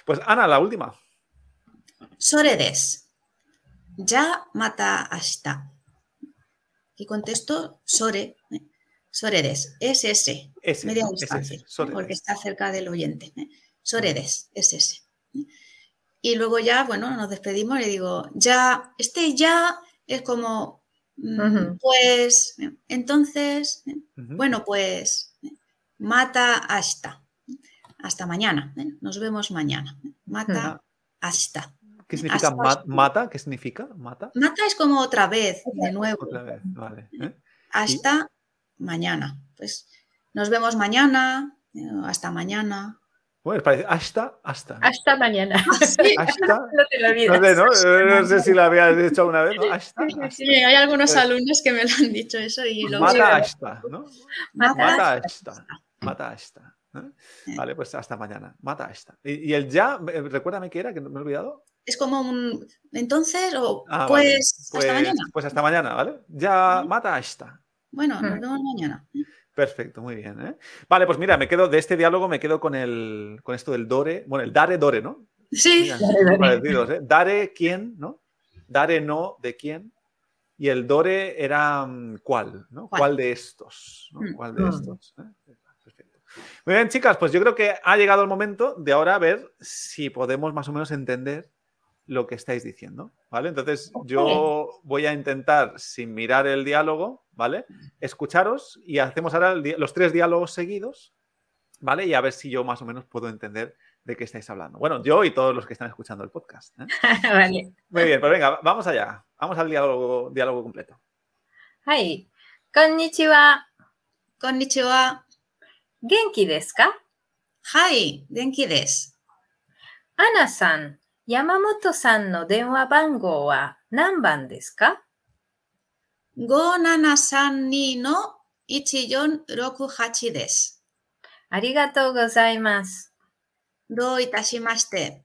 S2: Pues Ana, la última.
S4: Sore des. Ya mata hasta. Y contesto Sore. ¿eh? Sore des. Es ese.
S2: Ese,
S4: media
S2: ¿no? Ese,
S4: distancia, ¿eh?
S2: ese, sore
S4: porque
S2: desu.
S4: está cerca del oyente. ¿eh? Soredes, es ese. ¿eh? Y luego ya, bueno, nos despedimos y digo, ya, este ya es como, mm,
S3: Ujú.
S4: pues, ¿eh? entonces, ¿eh?
S2: Ujú.
S4: bueno, pues, ¿eh? mata hasta. Hasta mañana, ¿eh? nos vemos mañana. ¿eh? Mata hasta.
S2: ¿Qué significa
S4: hasta-
S2: ma- mata? ¿Qué significa mata?
S4: Mata es como otra vez, de nuevo,
S2: Otra vez, vale. ¿eh?
S4: hasta mañana. Pues, nos vemos mañana, ¿eh? hasta mañana,
S2: Bueno, parece hasta, hasta.
S3: Hasta mañana.
S2: Sí. Hasta,
S3: no te lo
S2: no
S3: olvides.
S2: sé, ¿no? Eh, no sé si la habías dicho alguna vez, ¿no? Hasta,
S4: Sí,
S2: hasta.
S4: sí, hay algunos
S2: Pues-
S4: alumnos que me lo han dicho eso y lo
S2: Mata hasta, ¿no?
S3: Mata
S2: Mata hasta. Mata hasta. ¿no? Vale, pues hasta mañana. Mata hasta. Y, y el ya, eh, recuérdame qué era, que me he olvidado.
S4: Es como un entonces o
S2: Ah, vale.
S4: pues,
S2: Pues
S4: hasta mañana.
S2: pues hasta mañana, ¿vale? Ya, mata hasta.
S4: Bueno, nos
S3: Mm.
S4: vemos mañana.
S2: Perfecto, muy bien. ¿eh? Vale, pues mira, me quedo de este diálogo, me quedo con el con esto del dore, bueno, el dare dore, ¿no?
S4: Sí,
S2: Mira,
S3: Dare,
S2: muy
S3: dore.
S2: parecidos, ¿eh? Dare quién, ¿no? Dare no de quién. Y el dore era mm, cuál, ¿no?
S4: ¿Cuál?
S2: ¿Cuál de estos? ¿no?
S4: Mm.
S2: ¿Cuál de
S3: Mm.
S2: estos? ¿eh? Perfecto. Muy bien, chicas, pues yo creo que ha llegado el momento de ahora ver si podemos más o menos entender lo que estáis diciendo, ¿vale? Entonces yo voy a intentar, sin mirar el diálogo, ¿vale? Escucharos y hacemos ahora el di- los tres diálogos seguidos, ¿vale? Y a ver si yo más o menos puedo entender de qué estáis hablando. Bueno, yo y todos los que están escuchando el podcast. ¿eh?
S3: vale.
S2: Muy bien, pues venga, vamos allá. Vamos al diálogo, diálogo completo.
S3: Ay. Konnichiwa.
S4: konnichiwa.
S3: Genki desu ka?
S4: Hi, denki des.
S3: アナさん、山本さんの電話番号は何番ですか
S4: Go nanasan ni no ichiyon roku hachi des.
S3: ありがとうございます。
S4: どういたしまして。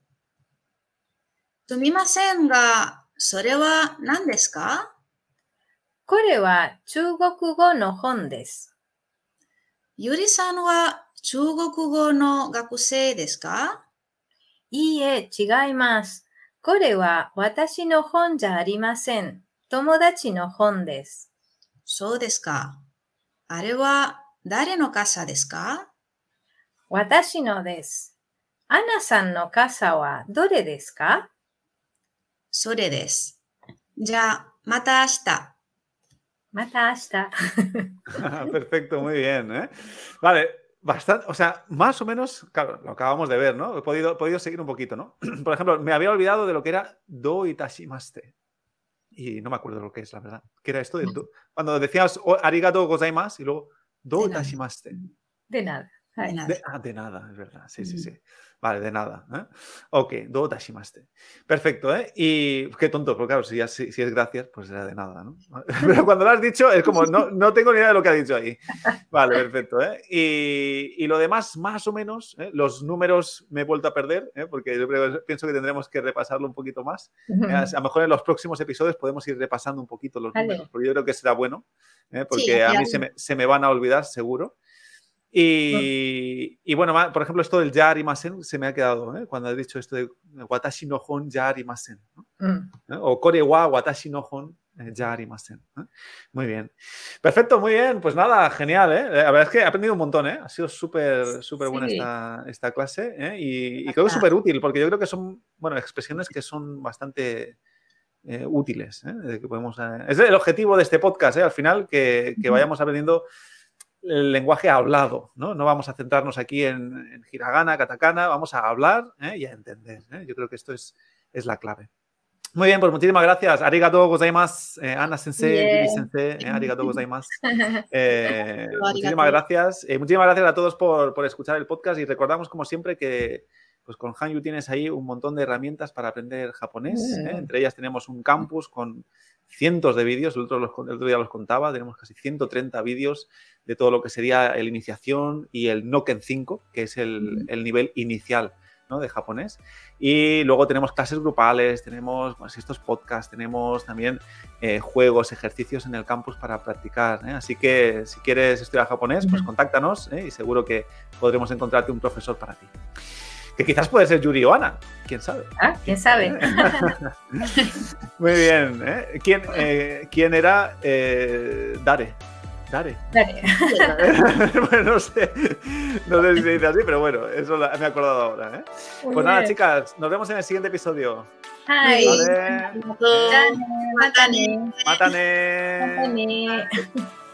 S4: すみませんが、それは何ですか
S3: これは中国語の本です。
S4: ゆりさんは中国語の学生ですか
S3: いいえ、違います。これは私の本じゃありません。友達の本です。
S4: そうですか。あれは誰の傘ですか
S3: 私のです。アナさんの傘はどれですか
S4: それです。じゃあ、また明日。
S3: また明日。
S2: Perfecto, muy bien. ¿eh? Vale, bastante, o sea, más o menos, claro, lo acabamos de ver, ¿no? He podido, he podido seguir un poquito, ¿no? Por ejemplo, me había olvidado de lo que era do itashimaste. Y no me acuerdo lo que es, la verdad. ¿Qué era esto? de do- cuando decías "O- arigato gozaimasu y luego do
S4: De nada.
S2: itashimaste.
S3: でな。はい
S4: でな
S2: De, ah, de nada, es verdad. Sí, sí, sí. Vale, de nada. ¿eh? Ok, do tashimaste. Perfecto, ¿eh? Y qué tonto, porque claro, si, ya- si, si es gracias, pues era de nada, ¿no? Pero cuando lo has dicho, es como, no, no tengo ni idea de lo que ha dicho ahí. Vale, perfecto, ¿eh? Y, y lo demás, más o menos, ¿eh? los números me he vuelto a perder, ¿eh? porque yo creo- pienso que tendremos que repasarlo un poquito más. Eh, A lo mejor en los próximos episodios podemos ir repasando un poquito los
S3: Vale.
S2: números, porque yo creo que será bueno, ¿eh? porque
S4: Sí,
S2: a
S4: ya.
S2: mí se me, se me van a olvidar seguro. Y, y bueno, ma- por ejemplo, esto del ya arimasen se me ha quedado, ¿eh? cuando he dicho esto de watashi no hon ya arimasen, ¿no?
S3: うん。
S2: ¿Eh? o kore wa watashi no hon eh, ya arimasen. ¿eh? Muy bien. Perfecto, muy bien. Pues nada, genial. ¿eh? La verdad es que he aprendido un montón. ¿eh? Ha sido súper súper buena
S3: Sí.
S2: esta, esta clase ¿eh? y, y creo que es súper útil porque yo creo que son bueno, expresiones que son bastante eh, útiles. ¿eh? de que podemos, eh, Es el objetivo de este podcast, ¿eh? al final, que, que vayamos aprendiendo el lenguaje hablado. No, no vamos a centrarnos aquí en, en hiragana, katakana, vamos a hablar ¿eh? y a entender. ¿eh? Yo creo que esto es, es la clave. Muy bien, pues muchísimas gracias. Arigato gozaimasu, eh, Ana sensei,
S3: Bien.
S2: Vivi sensei, eh, arigato gozaimasu. Eh,
S4: Arigato.
S2: muchísimas gracias. Eh, muchísimas gracias a todos por, por escuchar el podcast y recordamos, como siempre, que pues, con Hanyu tienes ahí un montón de herramientas para aprender japonés.
S3: Mm.
S2: ¿eh? Entre ellas tenemos un campus con cientos de vídeos, el otro, los- el otro día los contaba, tenemos casi 130 vídeos de todo lo que sería el iniciación y el Noken 5, que es el, el nivel inicial ¿no? de japonés. Y luego tenemos clases grupales, tenemos pues, estos podcasts, tenemos también eh, juegos, ejercicios en el campus para practicar. ¿eh? Así que si quieres estudiar japonés, pues
S3: Ujú.
S2: contáctanos ¿eh? y seguro que podremos encontrarte un profesor para ti. Que quizás puede ser Yuri o Ana, quién sabe.
S3: あ、今朝べ。
S2: Muy bien. ¿eh? ¿Quién, eh, quién era eh, Dare? Dare.
S3: 誰
S2: bueno, no sé, no sé si se dice así, pero bueno, eso la- me he acordado ahora. ¿eh? Pues nada, chicas, nos vemos en el siguiente episodio.
S3: はい。
S4: Sí.
S2: Vale,
S4: ま
S3: じゃあ
S4: たね
S3: ね
S4: またね
S3: またね